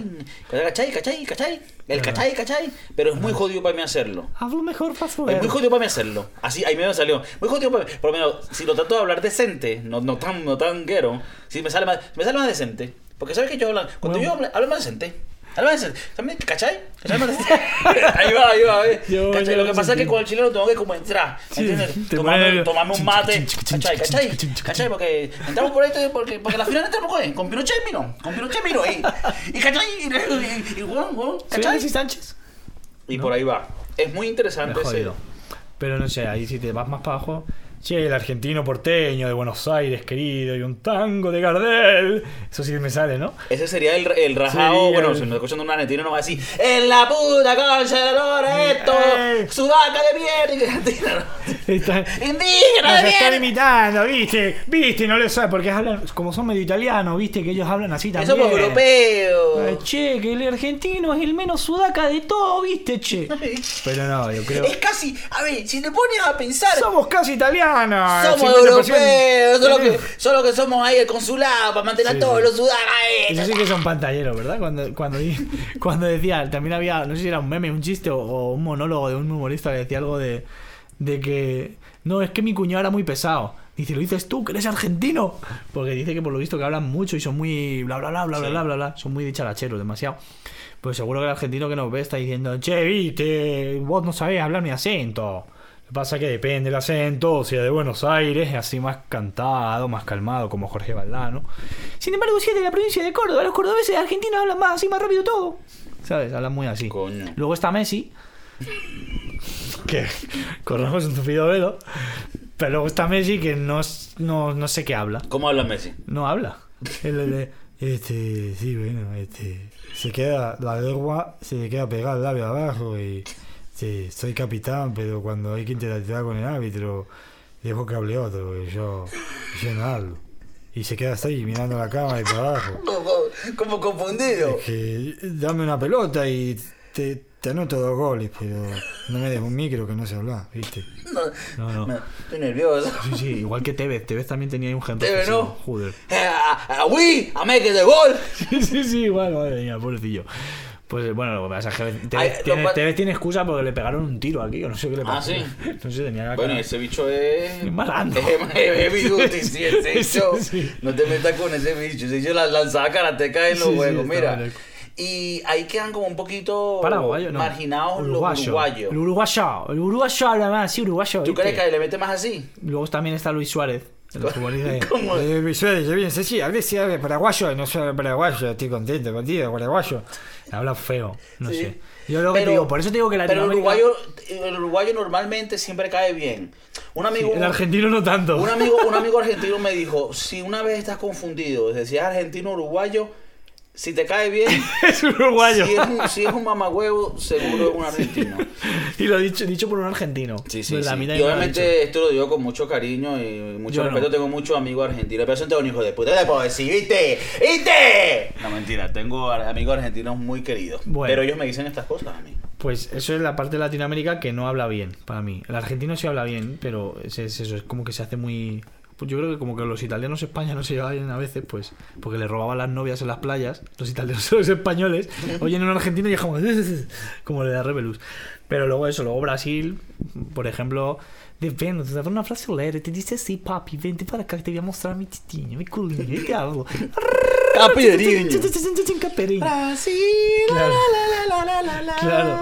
Speaker 3: ¿Cachai, cachai, cachai? El
Speaker 2: Verdad.
Speaker 3: cachai, cachai. Pero es muy jodido para mí hacerlo.
Speaker 2: Hablo mejor paso.
Speaker 3: Es muy jodido para mí hacerlo. Así, ahí me salió. Muy jodido para mí. Por lo menos, si lo trato de hablar decente, no, no tan, no tan guero, si me sale más, me sale más decente. Porque sabes que yo hablo, cuando
Speaker 2: Bueno.
Speaker 3: yo hablo, hablo más decente. Tal vez, también, ¿cachai? ¿Cachai? ahí va, ahí va, ¿eh?
Speaker 2: Yo,
Speaker 3: ¿Cachai?
Speaker 2: yo
Speaker 3: Lo
Speaker 2: lo
Speaker 3: que pasa es que
Speaker 2: sentí.
Speaker 3: con el chileno tengo que como entrar,
Speaker 2: Sí,
Speaker 3: ¿entiendes?
Speaker 2: te
Speaker 3: Tomarme,
Speaker 2: mueve.
Speaker 3: tomarme un mate, ¿cachai? ¿Cachai?
Speaker 2: chin, chin,
Speaker 3: ¿Cachai? Porque entramos por ahí, porque, porque la final entramos con él, con Pinochet Miro, con Pinochet Miro, ¿eh? Y ¿cachai? Y, y, y, y, guau, guau,
Speaker 2: ¿Soy
Speaker 3: ¿cachai?
Speaker 2: Alexis Sánchez?
Speaker 3: Y por ahí va. Es muy interesante
Speaker 2: Me
Speaker 3: ese...
Speaker 2: jodido. Pero no sé, ahí si te vas más para abajo. Che, el argentino porteño de Buenos Aires, querido, y un tango de Gardel. Eso sí me sale, ¿no?
Speaker 3: Ese sería el, el rajado.
Speaker 2: Sí,
Speaker 3: bueno,
Speaker 2: el-
Speaker 3: si nos escuchan un argentino, nos va a decir: ¡En la puta concha de Loreto!
Speaker 2: ¡Ey!
Speaker 3: ¡Sudaca de mierda! Y argentina,
Speaker 2: Está-
Speaker 3: ¿no? ¡Indígena
Speaker 2: Nos
Speaker 3: de
Speaker 2: están
Speaker 3: mierda!
Speaker 2: imitando, viste, viste, no lo sabe, porque hablan, como son medio italianos, viste, que ellos hablan así
Speaker 3: Que
Speaker 2: también.
Speaker 3: somos
Speaker 2: Ay,
Speaker 3: europeos.
Speaker 2: Che, que el argentino es el menos sudaca de todo, viste, che. Pero no, yo creo.
Speaker 3: Es casi. A ver, si te pones a pensar.
Speaker 2: Somos casi italianos.
Speaker 3: Somos
Speaker 2: 50%.
Speaker 3: europeos, solo que, solo que somos ahí el consulado para mantener
Speaker 2: Sí,
Speaker 3: a todos
Speaker 2: sí.
Speaker 3: los sudacas. eh.
Speaker 2: Eso sí que son pantalleros, ¿verdad? Cuando, cuando, di- cuando decía, también había, no sé si era un meme, un chiste o, o un monólogo de un humorista que decía algo de, de que, no, es que mi cuñado era muy pesado. Dice, lo dices tú, que eres argentino. Porque dice que por lo visto que hablan mucho y son muy bla bla bla bla bla bla bla bla. Son muy dicharacheros, demasiado. Pues seguro que el argentino que nos ve está diciendo, che, viste, vos no sabés hablar mi acento. Lo que pasa es que depende el acento, si es de Buenos Aires, es así más cantado, más calmado, como Jorge Valdano. Sin embargo, si es de la provincia de Córdoba, los cordobeses argentinos hablan más así, más rápido todo. ¿Sabes? Hablan muy así.
Speaker 1: Coño.
Speaker 2: Luego está Messi, que corramos un tupido velo, pero luego está Messi que no, s- no, no sé qué habla.
Speaker 1: ¿Cómo habla Messi?
Speaker 2: No habla. Él le- este, sí, bueno, este. Se queda, la lengua se le queda pegada al labio abajo y. Sí, soy capitán, pero cuando hay que interactuar con el árbitro, dejo que hable otro, y yo. Yo no hablo. Y se queda así, mirando la cámara y para abajo.
Speaker 3: Como, como- como confundido.
Speaker 2: Es que dame una pelota y te, te anoto dos goles, pero no me des un micro que no se habla, ¿viste?
Speaker 3: No,
Speaker 2: No, no.
Speaker 3: no, Estoy nervioso.
Speaker 2: Sí, sí, igual que Tevez. Tevez también tenía un gente.
Speaker 3: Tevez no. ofensivo,
Speaker 2: Joder.
Speaker 3: Eh, a- a- ¡Uy! ¡A make de gol!
Speaker 2: Sí, sí, sí, igual, madre mía, pobrecillo. Pues eh, bueno, lo que pasa es que Tevez,
Speaker 3: Ay, lo
Speaker 2: tiene,
Speaker 3: pa-
Speaker 2: Tevez tiene excusa porque le pegaron un tiro aquí, o no sé qué le pasó.
Speaker 1: Ah, ¿sí?
Speaker 2: No sé, tenía la
Speaker 1: Bueno,
Speaker 2: cara-
Speaker 1: ese bicho es.
Speaker 2: Es malandro.
Speaker 3: Es heavy duty, sí, es hecho.
Speaker 2: Sí, sí.
Speaker 3: No te metas con ese bicho. Si yo la lanzaba karateca en los
Speaker 2: Sí, sí,
Speaker 3: juegos,
Speaker 2: está
Speaker 3: mira.
Speaker 2: loco.
Speaker 3: Y ahí quedan como un poquito
Speaker 2: Paraguayo, no.
Speaker 3: marginados los uruguayos.
Speaker 2: El uruguayo. El uruguayo habla más, sí, uruguayo.
Speaker 3: ¿Tú
Speaker 2: ¿viste?
Speaker 3: crees que le mete más así?
Speaker 2: Luego también está Luis Suárez. de los futbolistas de-
Speaker 3: ¿Cómo?
Speaker 4: Eh, mi suegro, yo bien, sí, sí, a veces habla paraguayo, no soy paraguayo, estoy contento contigo, paraguayo.
Speaker 2: Habla feo, no
Speaker 3: Sí.
Speaker 2: sé. Yo lo que te digo, por eso te digo que la
Speaker 3: Pero el uruguayo, el uruguayo normalmente siempre cae bien. Un amigo,
Speaker 2: El argentino no tanto.
Speaker 3: un amigo, un amigo argentino me dijo, si una vez estás confundido, es decir, argentino uruguayo, si te cae bien,
Speaker 2: es un uruguayo.
Speaker 3: si es un, si es un mamagüevo, seguro es un argentino.
Speaker 2: Y lo dicho, dicho por un argentino.
Speaker 3: Sí, sí,
Speaker 2: Pero a
Speaker 3: sí.
Speaker 2: mí
Speaker 3: Y
Speaker 2: nadie me lo ha dicho.
Speaker 3: obviamente esto lo digo con mucho cariño y mucho
Speaker 2: Yo no.
Speaker 3: respeto. Tengo muchos amigos argentinos. Pero son todos hijos de puta. Te puedo decir, ¿viste? ¿Viste? No, mentira. Tengo ar- amigos argentinos muy queridos.
Speaker 2: Bueno.
Speaker 3: Pero ellos me dicen estas cosas a mí.
Speaker 2: Pues eso es la parte de Latinoamérica que no habla bien, para mí. El argentino sí habla bien, pero es, es eso, es como que se hace muy... Pues yo creo que como que los italianos españoles se llevan bien a veces, pues, porque le robaban las novias en las playas, los italianos a los españoles, oyen un argentino y es como, como le da rebelus. Pero luego eso, luego Brasil, por ejemplo, de ven, te da una frase y te dice así, papi, vente para acá que te voy a mostrar mi titiño, mi culillo, y te hablo.
Speaker 3: Ah, Caperiño.
Speaker 2: Caperiño. Claro. Claro.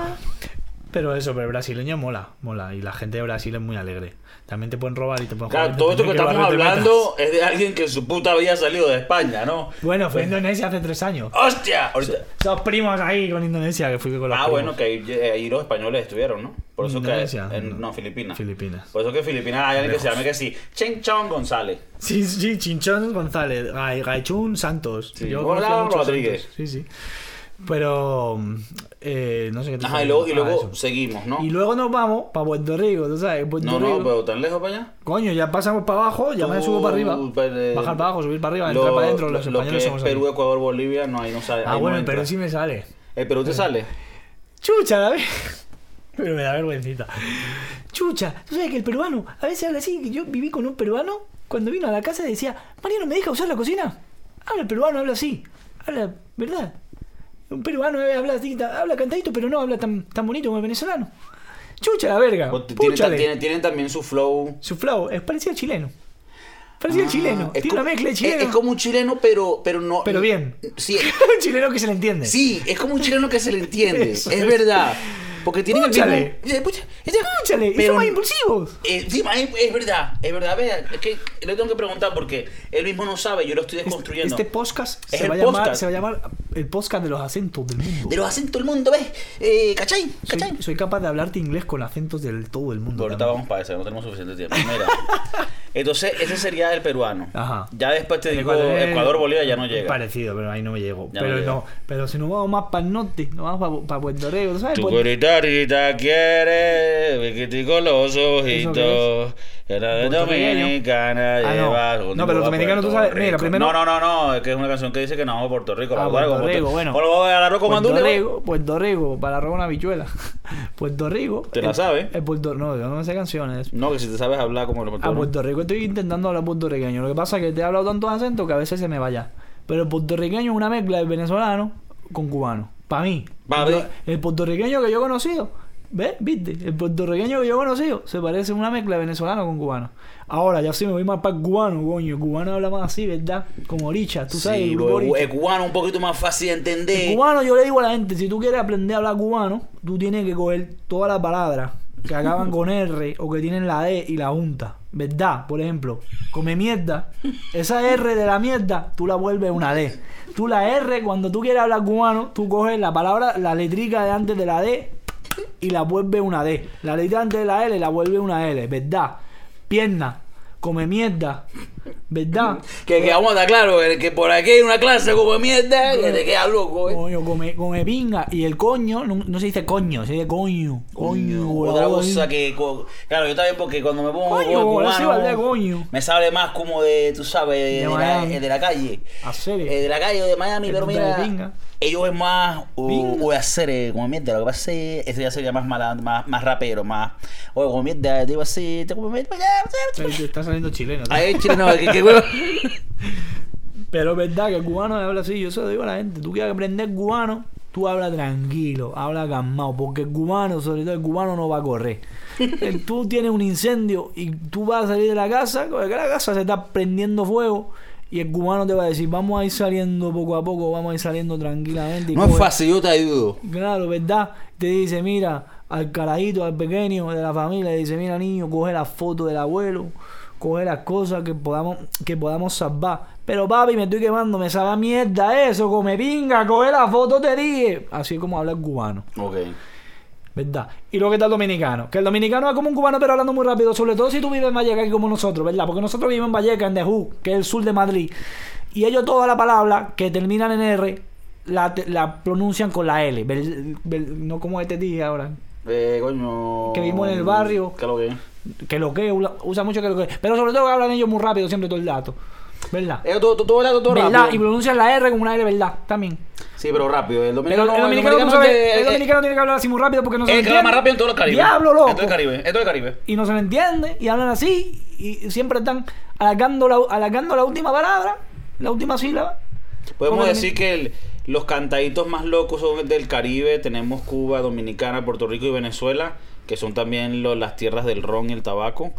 Speaker 2: Pero eso, pero el brasileño mola, mola. Y la gente de Brasil es muy alegre. También te pueden robar y te pueden
Speaker 3: Claro,
Speaker 2: joder,
Speaker 3: todo esto que
Speaker 2: depende de qué barrio
Speaker 3: estamos
Speaker 2: te metas.
Speaker 3: hablando es de alguien que en su puta había salido de España, ¿no?
Speaker 2: Bueno, fue a Indonesia hace tres años.
Speaker 3: ¡Hostia! Ahorita-
Speaker 2: Dos primos ahí con Indonesia que fui con los
Speaker 3: Ah,
Speaker 2: primos.
Speaker 3: bueno, que ahí, eh, ahí los españoles estuvieron, ¿no? Por eso que.
Speaker 2: Indonesia,
Speaker 3: en-
Speaker 2: no.
Speaker 3: no, Filipinas.
Speaker 2: Filipinas.
Speaker 3: Por eso que en Filipinas hay alguien que se llama que sí. Chen Chong González.
Speaker 2: Sí, sí, Chinchón González, Gai- Gaichun Santos.
Speaker 3: Sí,
Speaker 2: conozco
Speaker 3: Gordao
Speaker 2: a muchos
Speaker 3: Rodríguez.
Speaker 2: Santos, Sí, sí. Pero eh, no sé qué te
Speaker 3: Ajá,
Speaker 2: estaba
Speaker 3: y luego, y
Speaker 2: diciendo. Ah,
Speaker 3: luego
Speaker 2: eso.
Speaker 3: seguimos, ¿no?
Speaker 2: Y luego nos vamos para Puerto Rico, ¿tú sabes? Puerto
Speaker 3: No,
Speaker 2: Rico.
Speaker 3: no, pero tan lejos para allá.
Speaker 2: Coño, ya pasamos para abajo, ya me subo para arriba.
Speaker 3: Uh, pero-
Speaker 2: Bajar para abajo, subir para arriba,
Speaker 3: Lo-
Speaker 2: entrar para adentro. Los
Speaker 3: lo- lo que
Speaker 2: españoles
Speaker 3: es
Speaker 2: somos así.
Speaker 3: Perú, Ecuador, Bolivia, no, ahí no sale.
Speaker 2: Ah,
Speaker 3: ahí
Speaker 2: bueno,
Speaker 3: no
Speaker 2: pero
Speaker 3: entra.
Speaker 2: sí me sale.
Speaker 3: ¿El Perú te sale?
Speaker 2: Chucha, David. Pero me da vergüencita. Chucha, tú sabes que el peruano a veces habla así. que Yo viví con un peruano cuando vino a la casa decía, Mariano, ¿me deja usar la cocina? Habla el peruano, habla así. Habla, ¿verdad? Un peruano eh, habla así, ta- habla cantadito, pero no habla tan, tan bonito como el venezolano. Chucha la verga.
Speaker 3: O t- Tienen, ta-
Speaker 2: Púchale.
Speaker 3: tienen, tienen también su flow.
Speaker 2: Su flow es parecido al chileno. Parecía chileno.
Speaker 3: Ah, Es
Speaker 2: Tiene
Speaker 3: co-
Speaker 2: una mezcla de
Speaker 3: es-
Speaker 2: chileno.
Speaker 3: Es, como un chileno, pero, pero no.
Speaker 2: Pero bien.
Speaker 3: Sí,
Speaker 2: un chileno que se le entiende.
Speaker 3: sí, es como un chileno que se le entiende. es
Speaker 2: Eso es.
Speaker 3: verdad. Porque tiene
Speaker 2: Púchale.
Speaker 3: el mismo. Eh, pucha, ella-
Speaker 2: Escúchale, y son más impulsivos.
Speaker 3: Eh, sí, ma, es, es verdad, es verdad. Vea, es que le tengo que preguntar porque él mismo no sabe, yo lo estoy
Speaker 2: Este,
Speaker 3: desconstruyendo.
Speaker 2: este podcast
Speaker 3: Es
Speaker 2: se
Speaker 3: el
Speaker 2: va, a llamar,
Speaker 3: podcast.
Speaker 2: se va a llamar el podcast de los acentos del mundo.
Speaker 3: De los acentos del mundo, ¿ves? Eh, ¿Cachai? ¿Cachai?
Speaker 2: Soy, soy capaz de hablarte inglés con acentos del todo el mundo.
Speaker 3: Ahorita
Speaker 2: también.
Speaker 3: vamos para eso, no tenemos suficiente tiempo. Mira. Entonces, ese sería el peruano.
Speaker 2: Ajá.
Speaker 3: Ya después te digo,
Speaker 2: Ecuador, eh,
Speaker 3: Ecuador, Bolivia ya no llega.
Speaker 2: Parecido, pero ahí no me llego.
Speaker 3: Ya no
Speaker 2: pero no,
Speaker 3: llego.
Speaker 2: pero si nos vamos más para el norte, nos vamos para pa Puertorrego, ¿sabes?
Speaker 1: Tu
Speaker 2: Puerto-
Speaker 1: coritarita quiere, Viquiti con los ojitos.
Speaker 2: ¿Eso
Speaker 1: Era de
Speaker 2: Puertorriqueño.
Speaker 1: Dominicana,
Speaker 2: Ah, no.
Speaker 1: lleva
Speaker 2: No,
Speaker 1: contigo
Speaker 2: pero
Speaker 1: a
Speaker 2: dominicano tú
Speaker 1: Puerto
Speaker 2: sabes- mira,
Speaker 1: Rico.
Speaker 2: primero-
Speaker 1: No, no, no, no, es que es una canción que dice que nos vamos a Puerto Rico.
Speaker 2: Ah,
Speaker 1: lo guardo
Speaker 2: Puerto
Speaker 1: como-
Speaker 2: Rico, bueno.
Speaker 1: O lo voy a agarrar como
Speaker 2: Puerto
Speaker 1: andule, güey.
Speaker 2: Rico, Puerto Rico, para robar una bichuela. Puerto Rico.
Speaker 1: Te la
Speaker 2: el-
Speaker 1: sabes.
Speaker 2: el Puerto, no, yo no me sé canciones.
Speaker 1: No, que si te sabes hablar como
Speaker 3: Ah,
Speaker 1: los
Speaker 2: A
Speaker 1: puertorriqueños.
Speaker 2: Puerto Rico estoy intentando hablar puertorriqueño. Lo que pasa es que te he hablado tantos acentos que a veces se me vaya. Pero el puertorriqueño es una mezcla de venezolano con cubano. Para mí.
Speaker 1: Pa' mí.
Speaker 2: El puertorriqueño que yo he conocido. ¿Ves? ¿Viste? El puertorriqueño que yo he conocido se parece a una mezcla de venezolano con cubano. Ahora, ya sí me voy más para cubano, coño. El cubano habla más así, ¿verdad? Como Oricha, tú sabes.
Speaker 3: Sí,
Speaker 2: el
Speaker 3: bro,
Speaker 2: grupo Oricha.
Speaker 3: el cubano un poquito más fácil de entender.
Speaker 2: El cubano, yo le digo a la gente, si tú quieres aprender a hablar cubano, tú tienes que coger todas las palabras que acaban con R o que tienen la D y la junta. ¿Verdad? Por ejemplo, come mierda. Esa R de la mierda, tú la vuelves una D. Tú la R, cuando tú quieres hablar cubano, tú coges la palabra, la letrica de antes de la D y la vuelves una D. La letra antes de la L la vuelve una L. ¿Verdad? Pierna, come mierda. ¿Verdad?
Speaker 3: Que, que vamos a estar claro, eh, que por aquí hay una clase como mierda que te queda loco, eh.
Speaker 2: Coño, come, come pinga. Y el coño, no, no se dice coño, se dice coño. Coño, boludo.
Speaker 3: Otra cosa que. co- Claro, yo también porque cuando me pongo
Speaker 2: Coño,
Speaker 3: con el
Speaker 2: boludo, sí, vale,
Speaker 3: cubano.
Speaker 2: coño.
Speaker 3: Me sale más como de, tú sabes, de, la,
Speaker 2: Miami.
Speaker 3: de la calle.
Speaker 2: A serio.
Speaker 3: Eh, de la calle o de Miami,
Speaker 2: Que
Speaker 3: pero
Speaker 2: tú estás de
Speaker 3: mira.
Speaker 2: pinga.
Speaker 3: Ellos es más. o-
Speaker 2: Pinga.
Speaker 3: O de hacer eh, como mierda. Lo que pasa es. Ese ya sería más, mala- más, más rapero, más. Oye, como mierda, te iba así, te como mierda.
Speaker 2: Pero te está saliendo chileno. tío.
Speaker 3: Ay, chile, no, que, que huevo.
Speaker 2: Pero es verdad que el cubano habla así. Yo se lo digo a la gente. Tú quieres aprender cubano, tú habla tranquilo, habla calmado. Porque el cubano, sobre todo el cubano, no va a correr. El- tú tienes un incendio y tú vas a salir de la casa, porque la casa se está prendiendo fuego. Y el cubano te va a decir, vamos a ir saliendo poco a poco, vamos a ir saliendo tranquilamente. y
Speaker 3: No es
Speaker 2: coge-
Speaker 3: fácil, yo te ayudo.
Speaker 2: Claro, ¿verdad? Te dice, mira, al carajito, al pequeño de la familia, le dice, mira, niño, coge la foto del abuelo, coge las cosas que podamos, que podamos salvar. Pero papi, me estoy quemando, me sabe a mierda eso, come pinga, coge la foto, te dije. Así es como habla el cubano,
Speaker 1: Ok.
Speaker 2: ¿verdad? Y luego que está el dominicano, que el dominicano es como un cubano pero hablando muy rápido, sobre todo si tú vives en Vallecas aquí como nosotros, ¿verdad? Porque nosotros vivimos en Vallecas, en Dejú, que es el sur de Madrid. Y ellos toda la palabra que terminan en R la, la pronuncian con la L. Bel- bel- no como este día ahora.
Speaker 3: Eh, coño.
Speaker 2: Que vivimos en el barrio.
Speaker 3: Que lo que.
Speaker 2: Que lo que ula- usa mucho que lo que. Pero sobre todo que hablan ellos muy rápido siempre todo el dato. ¿Verdad?
Speaker 3: Eh, todo, todo, todo, rápido, todo
Speaker 2: ¿Verdad? Y
Speaker 3: rápido.
Speaker 2: pronuncian la R como una R, ¿verdad? También.
Speaker 3: Sí, pero rápido. El
Speaker 2: Pero
Speaker 3: dominicano, eh,
Speaker 2: el dominicano, no sabe- el dominicano tiene que hablar así muy rápido porque no se
Speaker 3: Es
Speaker 2: le
Speaker 3: el que habla
Speaker 2: entiende.
Speaker 3: más rápido en todos los Caribe.
Speaker 2: ¡Diablo,
Speaker 3: En todo
Speaker 2: loco!
Speaker 3: el Caribe. En todo el Caribe.
Speaker 2: Y no se le entiende y hablan así y siempre están alargando la, alargando la última palabra, la última sílaba.
Speaker 1: Podemos
Speaker 2: Como el-
Speaker 1: decir que el- los cantaditos más locos son del Caribe. Tenemos Cuba, Dominicana, Puerto Rico y Venezuela, que son también lo- las tierras del ron y el tabaco.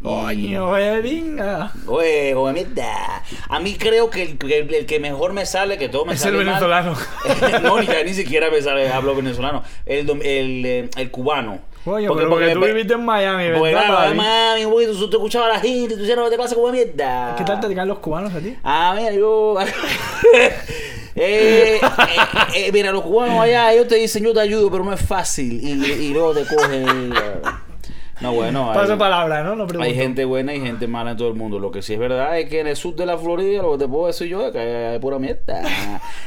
Speaker 1: Y-
Speaker 2: Coño, eh, venga.
Speaker 1: Oye, como mierda. A mí creo que el, que el- el que mejor me sale, que todo me
Speaker 4: Es
Speaker 1: sale
Speaker 4: el
Speaker 1: mal.
Speaker 4: venezolano.
Speaker 1: no, ni, ni siquiera me sale, hablo venezolano. El, dom- el, eh, el cubano.
Speaker 2: Coño,
Speaker 4: Porque, porque tú viviste en Miami, ¿verdad?
Speaker 1: pues, Porque claro,
Speaker 4: papi?
Speaker 1: mami, porque tú, tú escuchabas a la gente, tú decías, no te pasa como mierda.
Speaker 2: ¿Qué tal te caen los cubanos a ti?
Speaker 1: Ah, mira, yo. Eh, eh, eh, mira, los cubanos allá, ellos te dicen yo te ayudo, pero no es fácil. Y, y luego te cogen. ah, No, bueno. hay-
Speaker 4: Paso palabra, ¿no? No pregunto.
Speaker 1: hay gente buena y gente mala en todo el mundo. Lo que sí es verdad es que en el sur de la Florida, lo que te puedo decir yo es que hay pura mierda.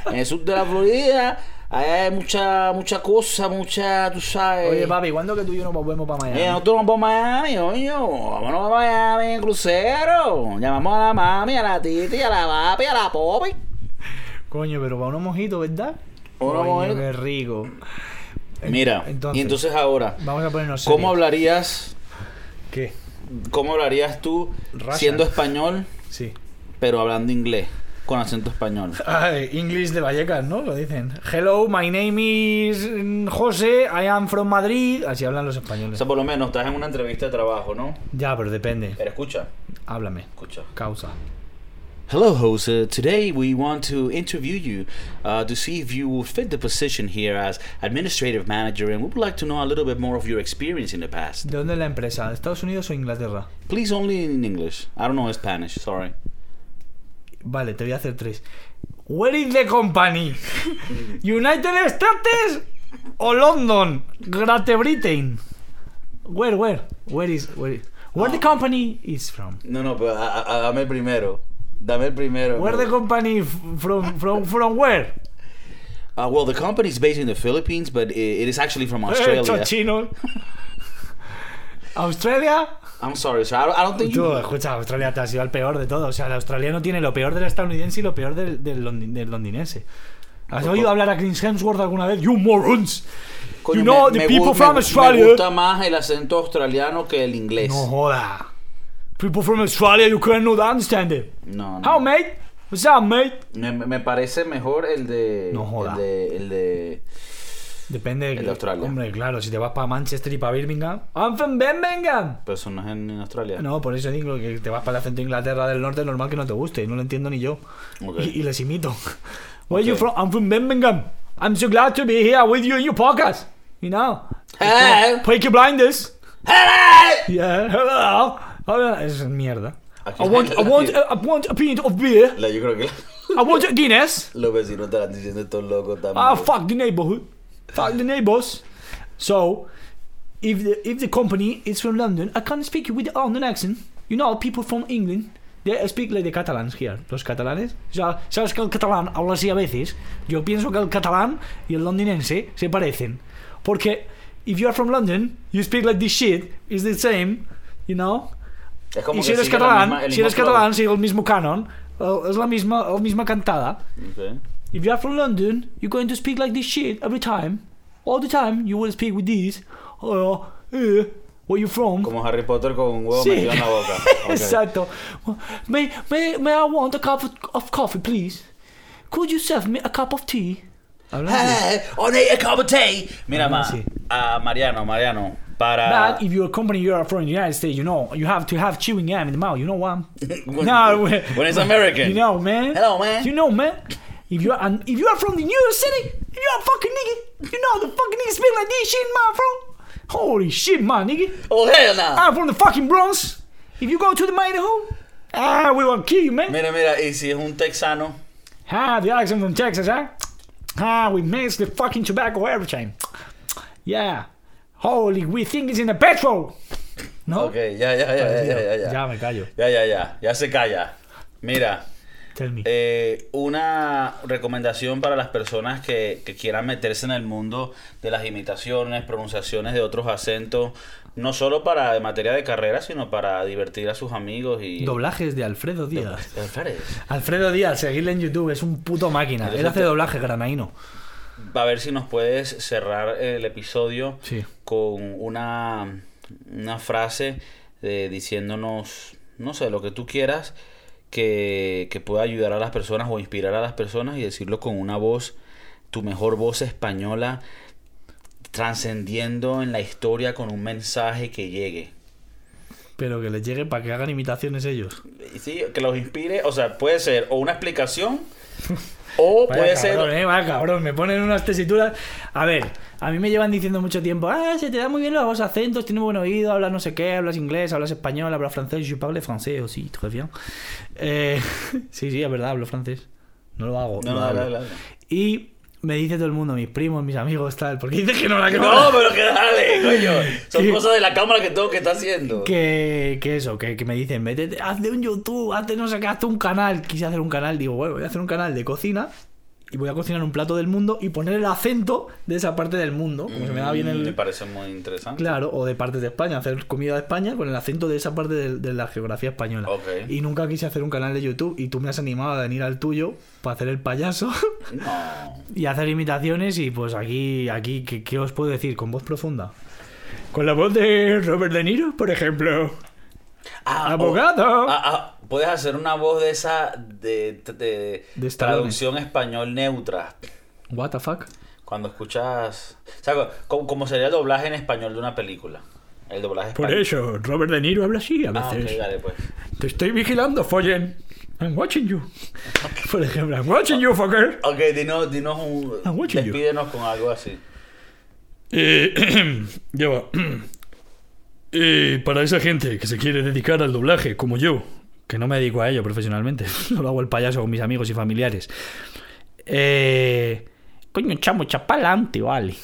Speaker 1: En el sur de la Florida hay mucha, mucha cosa, mucha, tú sabes.
Speaker 2: Oye, papi, ¿cuándo que tú y yo nos volvemos para Miami?
Speaker 1: Eh, nosotros vamos para Miami, coño. Vámonos para Miami en crucero. Llamamos a la mami, a la titi, a la papi, a la popi.
Speaker 2: Coño, pero para unos mojitos, ¿verdad?
Speaker 1: Unos
Speaker 2: Coño,
Speaker 1: mojitos.
Speaker 2: Qué rico.
Speaker 1: Mira,
Speaker 2: Entonces.
Speaker 1: y entonces ahora,
Speaker 2: Vamos a ponernos.
Speaker 1: ¿cómo
Speaker 2: serios.
Speaker 1: hablarías,
Speaker 4: ¿Qué?
Speaker 1: cómo hablarías tú
Speaker 4: Raza.
Speaker 1: siendo español,
Speaker 4: Sí.
Speaker 1: pero hablando inglés, con acento español?
Speaker 2: Ah,
Speaker 4: Ay, English de Vallecas, ¿no? Lo dicen.
Speaker 2: Hello, my name is mm, José, I am from Madrid.
Speaker 4: Así hablan los
Speaker 1: O
Speaker 4: españoles.
Speaker 1: sea, por lo menos estás en una entrevista de trabajo, ¿no?
Speaker 4: Ya, pero depende.
Speaker 1: Pero escucha,
Speaker 2: Háblame.
Speaker 3: Escucha.
Speaker 2: Causa.
Speaker 1: Hello, host. Uh, today we want to interview you uh, to see if you will fit the position here as administrative manager, and we would like to know a little bit more of your experience in the past.
Speaker 2: ¿De dónde es la empresa? ¿De Estados Unidos o Inglaterra?
Speaker 1: Please, only in English. I don't know Spanish. Sorry.
Speaker 2: Vale, te voy a hacer tres. Where is the company? United States o London? Great Britain. Where, where? Where is where is where the company is from?
Speaker 3: No, no, pero a- a- a- uh, dame el primero. Dame el primero.
Speaker 2: Where
Speaker 3: no.
Speaker 2: the company f- from from from where?
Speaker 1: Uh, well, the company is based in the Philippines, but i it is actually from
Speaker 2: Eh,
Speaker 1: Australia.
Speaker 2: Chochino. Australia.
Speaker 1: I'm sorry, sir. I don't, I don't think
Speaker 2: Tú,
Speaker 1: you.
Speaker 2: escucha, Australia te ha sido el peor de todo. O sea, el australiano tiene lo peor del estadounidense y lo peor del, del londi- del londinense. ¿Has oído hablar a Chris Hemsworth alguna vez? You morons!
Speaker 1: Coño,
Speaker 2: you know the
Speaker 1: gu-
Speaker 2: people
Speaker 1: gu-
Speaker 2: from Australia.
Speaker 1: Me gusta más el acento australiano que el inglés.
Speaker 2: No joda. People from Australia, you cannot understand it.
Speaker 1: No, no.
Speaker 2: How, mate? What's up, mate?
Speaker 1: Me, me parece mejor el de.
Speaker 2: No joda.
Speaker 1: El de. El de
Speaker 2: Depende de,
Speaker 1: El de
Speaker 2: que-
Speaker 1: Australia.
Speaker 2: Hombre, claro, si te vas para Manchester y para Birmingham. I'm from Birmingham.
Speaker 1: personas en, en Australia.
Speaker 2: No, por eso digo que te vas para el acento de Inglaterra del norte, normal que no te guste, no lo entiendo ni yo.
Speaker 1: Ok.
Speaker 2: Y, y les imito. Where
Speaker 1: Ok.
Speaker 2: you from? I'm from Birmingham. I'm so glad to be here with you in your podcast. You know.
Speaker 1: Hello.
Speaker 2: Take your blinders. Yeah, hello. Hola, Es mierda.
Speaker 3: Aquí-
Speaker 2: I want, I want, I want a pint of beer.
Speaker 3: La- yo creo que la-
Speaker 2: I want a Guinness.
Speaker 3: los vecinos estarán diciendo estos locos también.
Speaker 2: Ah, fuck the neighborhood. Fuck the neighbors. So, if the if the company is from London, I can't speak with the London accent. You know, people from England, they speak like the Catalans here. Los catalanes. O sea, sabes que el catalán habla así a veces. Yo pienso que el catalán y el londinense se parecen. Porque if you are from London, you speak like this shit. It's the same, you know.
Speaker 3: Es como
Speaker 2: Y
Speaker 3: que
Speaker 2: si eres
Speaker 3: sigue la
Speaker 2: catalán,
Speaker 3: misma- el
Speaker 2: si
Speaker 3: mismo
Speaker 2: eres
Speaker 3: flow.
Speaker 2: catalán, sigue el mismo canon. el- Es la misma, la misma cantada.
Speaker 1: Okay.
Speaker 2: If you are from London, you're going to speak like this shit every time. All the time, you will speak with this. Uh, eh, where you from?
Speaker 3: Como Harry Potter con un huevo
Speaker 2: Sí.
Speaker 3: metido en la boca. Ok.
Speaker 2: Exacto. May, may, may I want a cup of, of coffee, please? Could you serve me a cup of tea?
Speaker 3: Eh, on a cup of tea.
Speaker 1: Mira, ma,
Speaker 2: Sí.
Speaker 1: a Mariano, Mariano, para.
Speaker 2: But if your company you are from the United States, you know you have to have chewing gum in the mouth. You know what? no, we-
Speaker 1: When it's American.
Speaker 2: You know, man.
Speaker 3: Hello, man.
Speaker 2: You know, man. If you are and if you are from the New York City, if you are a fucking nigga, you know the fucking niggas speak like this shit, man, bro. Holy shit, man, nigga.
Speaker 3: Oh, hell no.
Speaker 2: I'm from the fucking Bronx. If you go to the Idaho, ah, we will kill you, man.
Speaker 3: Mira, mira, y si es un texano.
Speaker 2: Ah, the accent from Texas, huh? Ah, we mix the fucking tobacco every time. Yeah. Holy, we think it's in the petrol. No.
Speaker 3: Ok, ya, ya, ya, ya,
Speaker 2: Tío,
Speaker 3: ya, ya.
Speaker 2: ya me callo.
Speaker 3: Ya, ya, ya. Ya se calla. Mira,
Speaker 2: Tell me.
Speaker 3: eh, una recomendación para las personas que, que quieran meterse en el mundo de las imitaciones, pronunciaciones de otros acentos, no solo para en materia de carrera, sino para divertir a sus amigos y...
Speaker 2: Doblajes de Alfredo Díaz.
Speaker 3: Alfredo.
Speaker 2: Alfredo Díaz, seguirle en YouTube, es un puto máquina. Él hace doblaje granaíno.
Speaker 3: A ver si nos puedes cerrar el episodio
Speaker 2: Sí.
Speaker 3: con una, una frase de- diciéndonos, no sé, lo que tú quieras que, que pueda ayudar a las personas o inspirar a las personas y decirlo con una voz, tu mejor voz española, trascendiendo en la historia con un mensaje que llegue.
Speaker 2: Pero que les llegue para que hagan imitaciones ellos.
Speaker 3: Y Sí, que los inspire, o sea, puede ser o una explicación o
Speaker 2: Vaya
Speaker 3: puede
Speaker 2: cabrón,
Speaker 3: ser...
Speaker 2: eh, vaya cabrón, me ponen unas tesituras. A ver, a mí me llevan diciendo mucho tiempo, ah, se te da muy bien los acentos, tienes buen oído, hablas no sé qué, hablas inglés, hablas español, hablas francés, je parle français aussi, très bien. Eh, sí, sí, es verdad, hablo francés. No lo hago.
Speaker 3: No,
Speaker 2: lo
Speaker 3: no,
Speaker 2: hablo.
Speaker 3: no, no, no.
Speaker 2: Y me dice todo el mundo, mis primos, mis amigos, tal, porque dices que no la acabo.
Speaker 3: No, pero que dale, coño. Son
Speaker 2: ¿Qué?
Speaker 3: cosas de la cámara que tengo que estar haciendo.
Speaker 2: que, que eso, que, que me dicen, métete, hazte un YouTube, hazte no sé qué, hazte un canal. Quise hacer un canal, digo, bueno, voy a hacer un canal de cocina y voy a cocinar un plato del mundo y poner el acento de esa parte del mundo, como se me da bien
Speaker 3: Mm, Me
Speaker 2: el...
Speaker 3: parece muy interesante.
Speaker 2: Claro, o de parte de España, hacer comida de España con el acento de esa parte de, de la geografía española.
Speaker 3: Ok.
Speaker 2: Y nunca quise hacer un canal de YouTube y tú me has animado a venir al tuyo para hacer el payaso
Speaker 3: No.
Speaker 2: y hacer imitaciones y pues aquí, aquí ¿qué, qué os puedo decir? Con voz profunda. Con la voz de Robert De Niro, por ejemplo.
Speaker 3: Ah,
Speaker 2: Abogado.
Speaker 3: o- ah, ah, puedes hacer una voz de esa de, de-
Speaker 2: De Stallone.
Speaker 3: traducción español neutra.
Speaker 2: What the fuck?
Speaker 3: Cuando escuchas. O sea, co- como, sería el doblaje en español de una película. El doblaje
Speaker 2: Por
Speaker 3: español.
Speaker 2: eso, Robert De Niro habla así a
Speaker 3: Ah,
Speaker 2: veces.
Speaker 3: ok, dale, pues.
Speaker 2: Te estoy vigilando, follen. I'm watching you. Por ejemplo, I'm watching you, fucker.
Speaker 3: Ok, dinos, dinos un.
Speaker 2: I'm watching you.
Speaker 3: despídenos con algo así.
Speaker 2: Eh, ya va. Eh, para esa gente que se quiere dedicar al doblaje, como yo, que no me dedico a ello profesionalmente, solo hago el payaso con mis amigos y familiares. Eh, coño, chamo, chapalante, vale.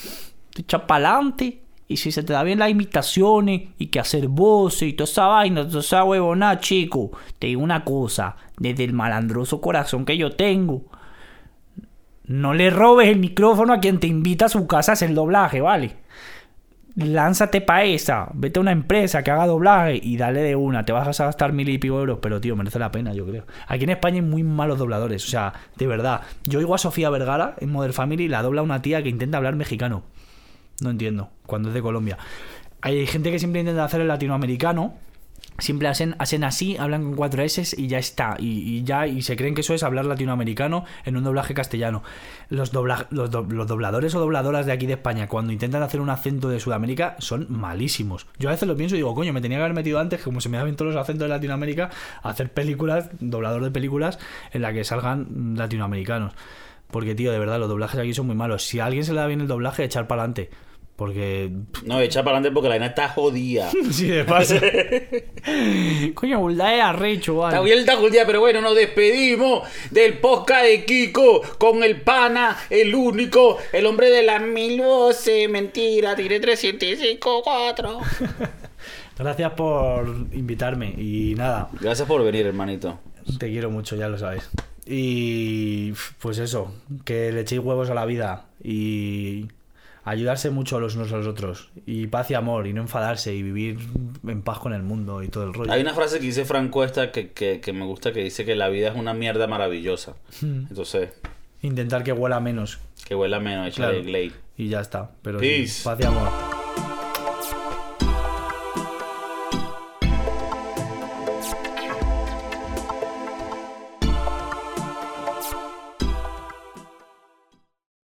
Speaker 2: Tú chapalante. Y si se te da bien las imitaciones y que hacer voces y toda esa vaina, toda esa huevona, chico, te digo una cosa, desde el malandroso corazón que yo tengo, no le robes el micrófono a quien te invita a su casa a hacer doblaje, ¿vale? Lánzate pa' esa, vete a una empresa que haga doblaje y dale de una, te vas a gastar mil y pico euros, pero tío, merece la pena, yo creo. Aquí en España hay muy malos dobladores, o sea, de verdad. Yo oigo a Sofía Vergara en Modern Family y la dobla una tía que intenta hablar mexicano. No entiendo, cuando es de Colombia. Hay gente que siempre intenta hacer el latinoamericano, siempre hacen, hacen así, hablan con cuatro S y ya está. Y, y ya, y se creen que eso es hablar latinoamericano en un doblaje castellano. Los, dobla- los, do- los dobladores o dobladoras de aquí de España, cuando intentan hacer un acento de Sudamérica, son malísimos. Yo a veces lo pienso y digo, coño, me tenía que haber metido antes, que como se me daban todos los acentos de Latinoamérica, a hacer películas, doblador de películas, en la que salgan latinoamericanos. Porque, tío, de verdad, los doblajes aquí son muy malos. Si a alguien se le da bien el doblaje, echar para adelante. Porque
Speaker 3: No, echa para adelante porque la vaina está jodida.
Speaker 2: Sí, de paso. Coño, Bulda es arrecho, vale.
Speaker 3: Está bien, está jodida, pero bueno, nos despedimos del podcast de Kiko con el pana, el único, el hombre de las mil voces. Mentira, tiré 305, 4.
Speaker 2: Gracias por invitarme y nada,
Speaker 3: Gracias por venir, hermanito.
Speaker 2: te quiero mucho, ya lo sabes. Y pues eso, que le echéis huevos a la vida y ayudarse mucho los unos a los otros. Y paz y amor, y no enfadarse, y vivir en paz con el mundo y todo el rollo.
Speaker 3: Hay una frase que dice Franco esta que, que, que me gusta que dice que la vida es una mierda maravillosa. Entonces,
Speaker 2: Intentar que huela menos
Speaker 3: que huela menos, échale
Speaker 2: Claro.
Speaker 3: Glade.
Speaker 2: y ya está. Pero sí,
Speaker 3: Peace.
Speaker 2: paz y amor.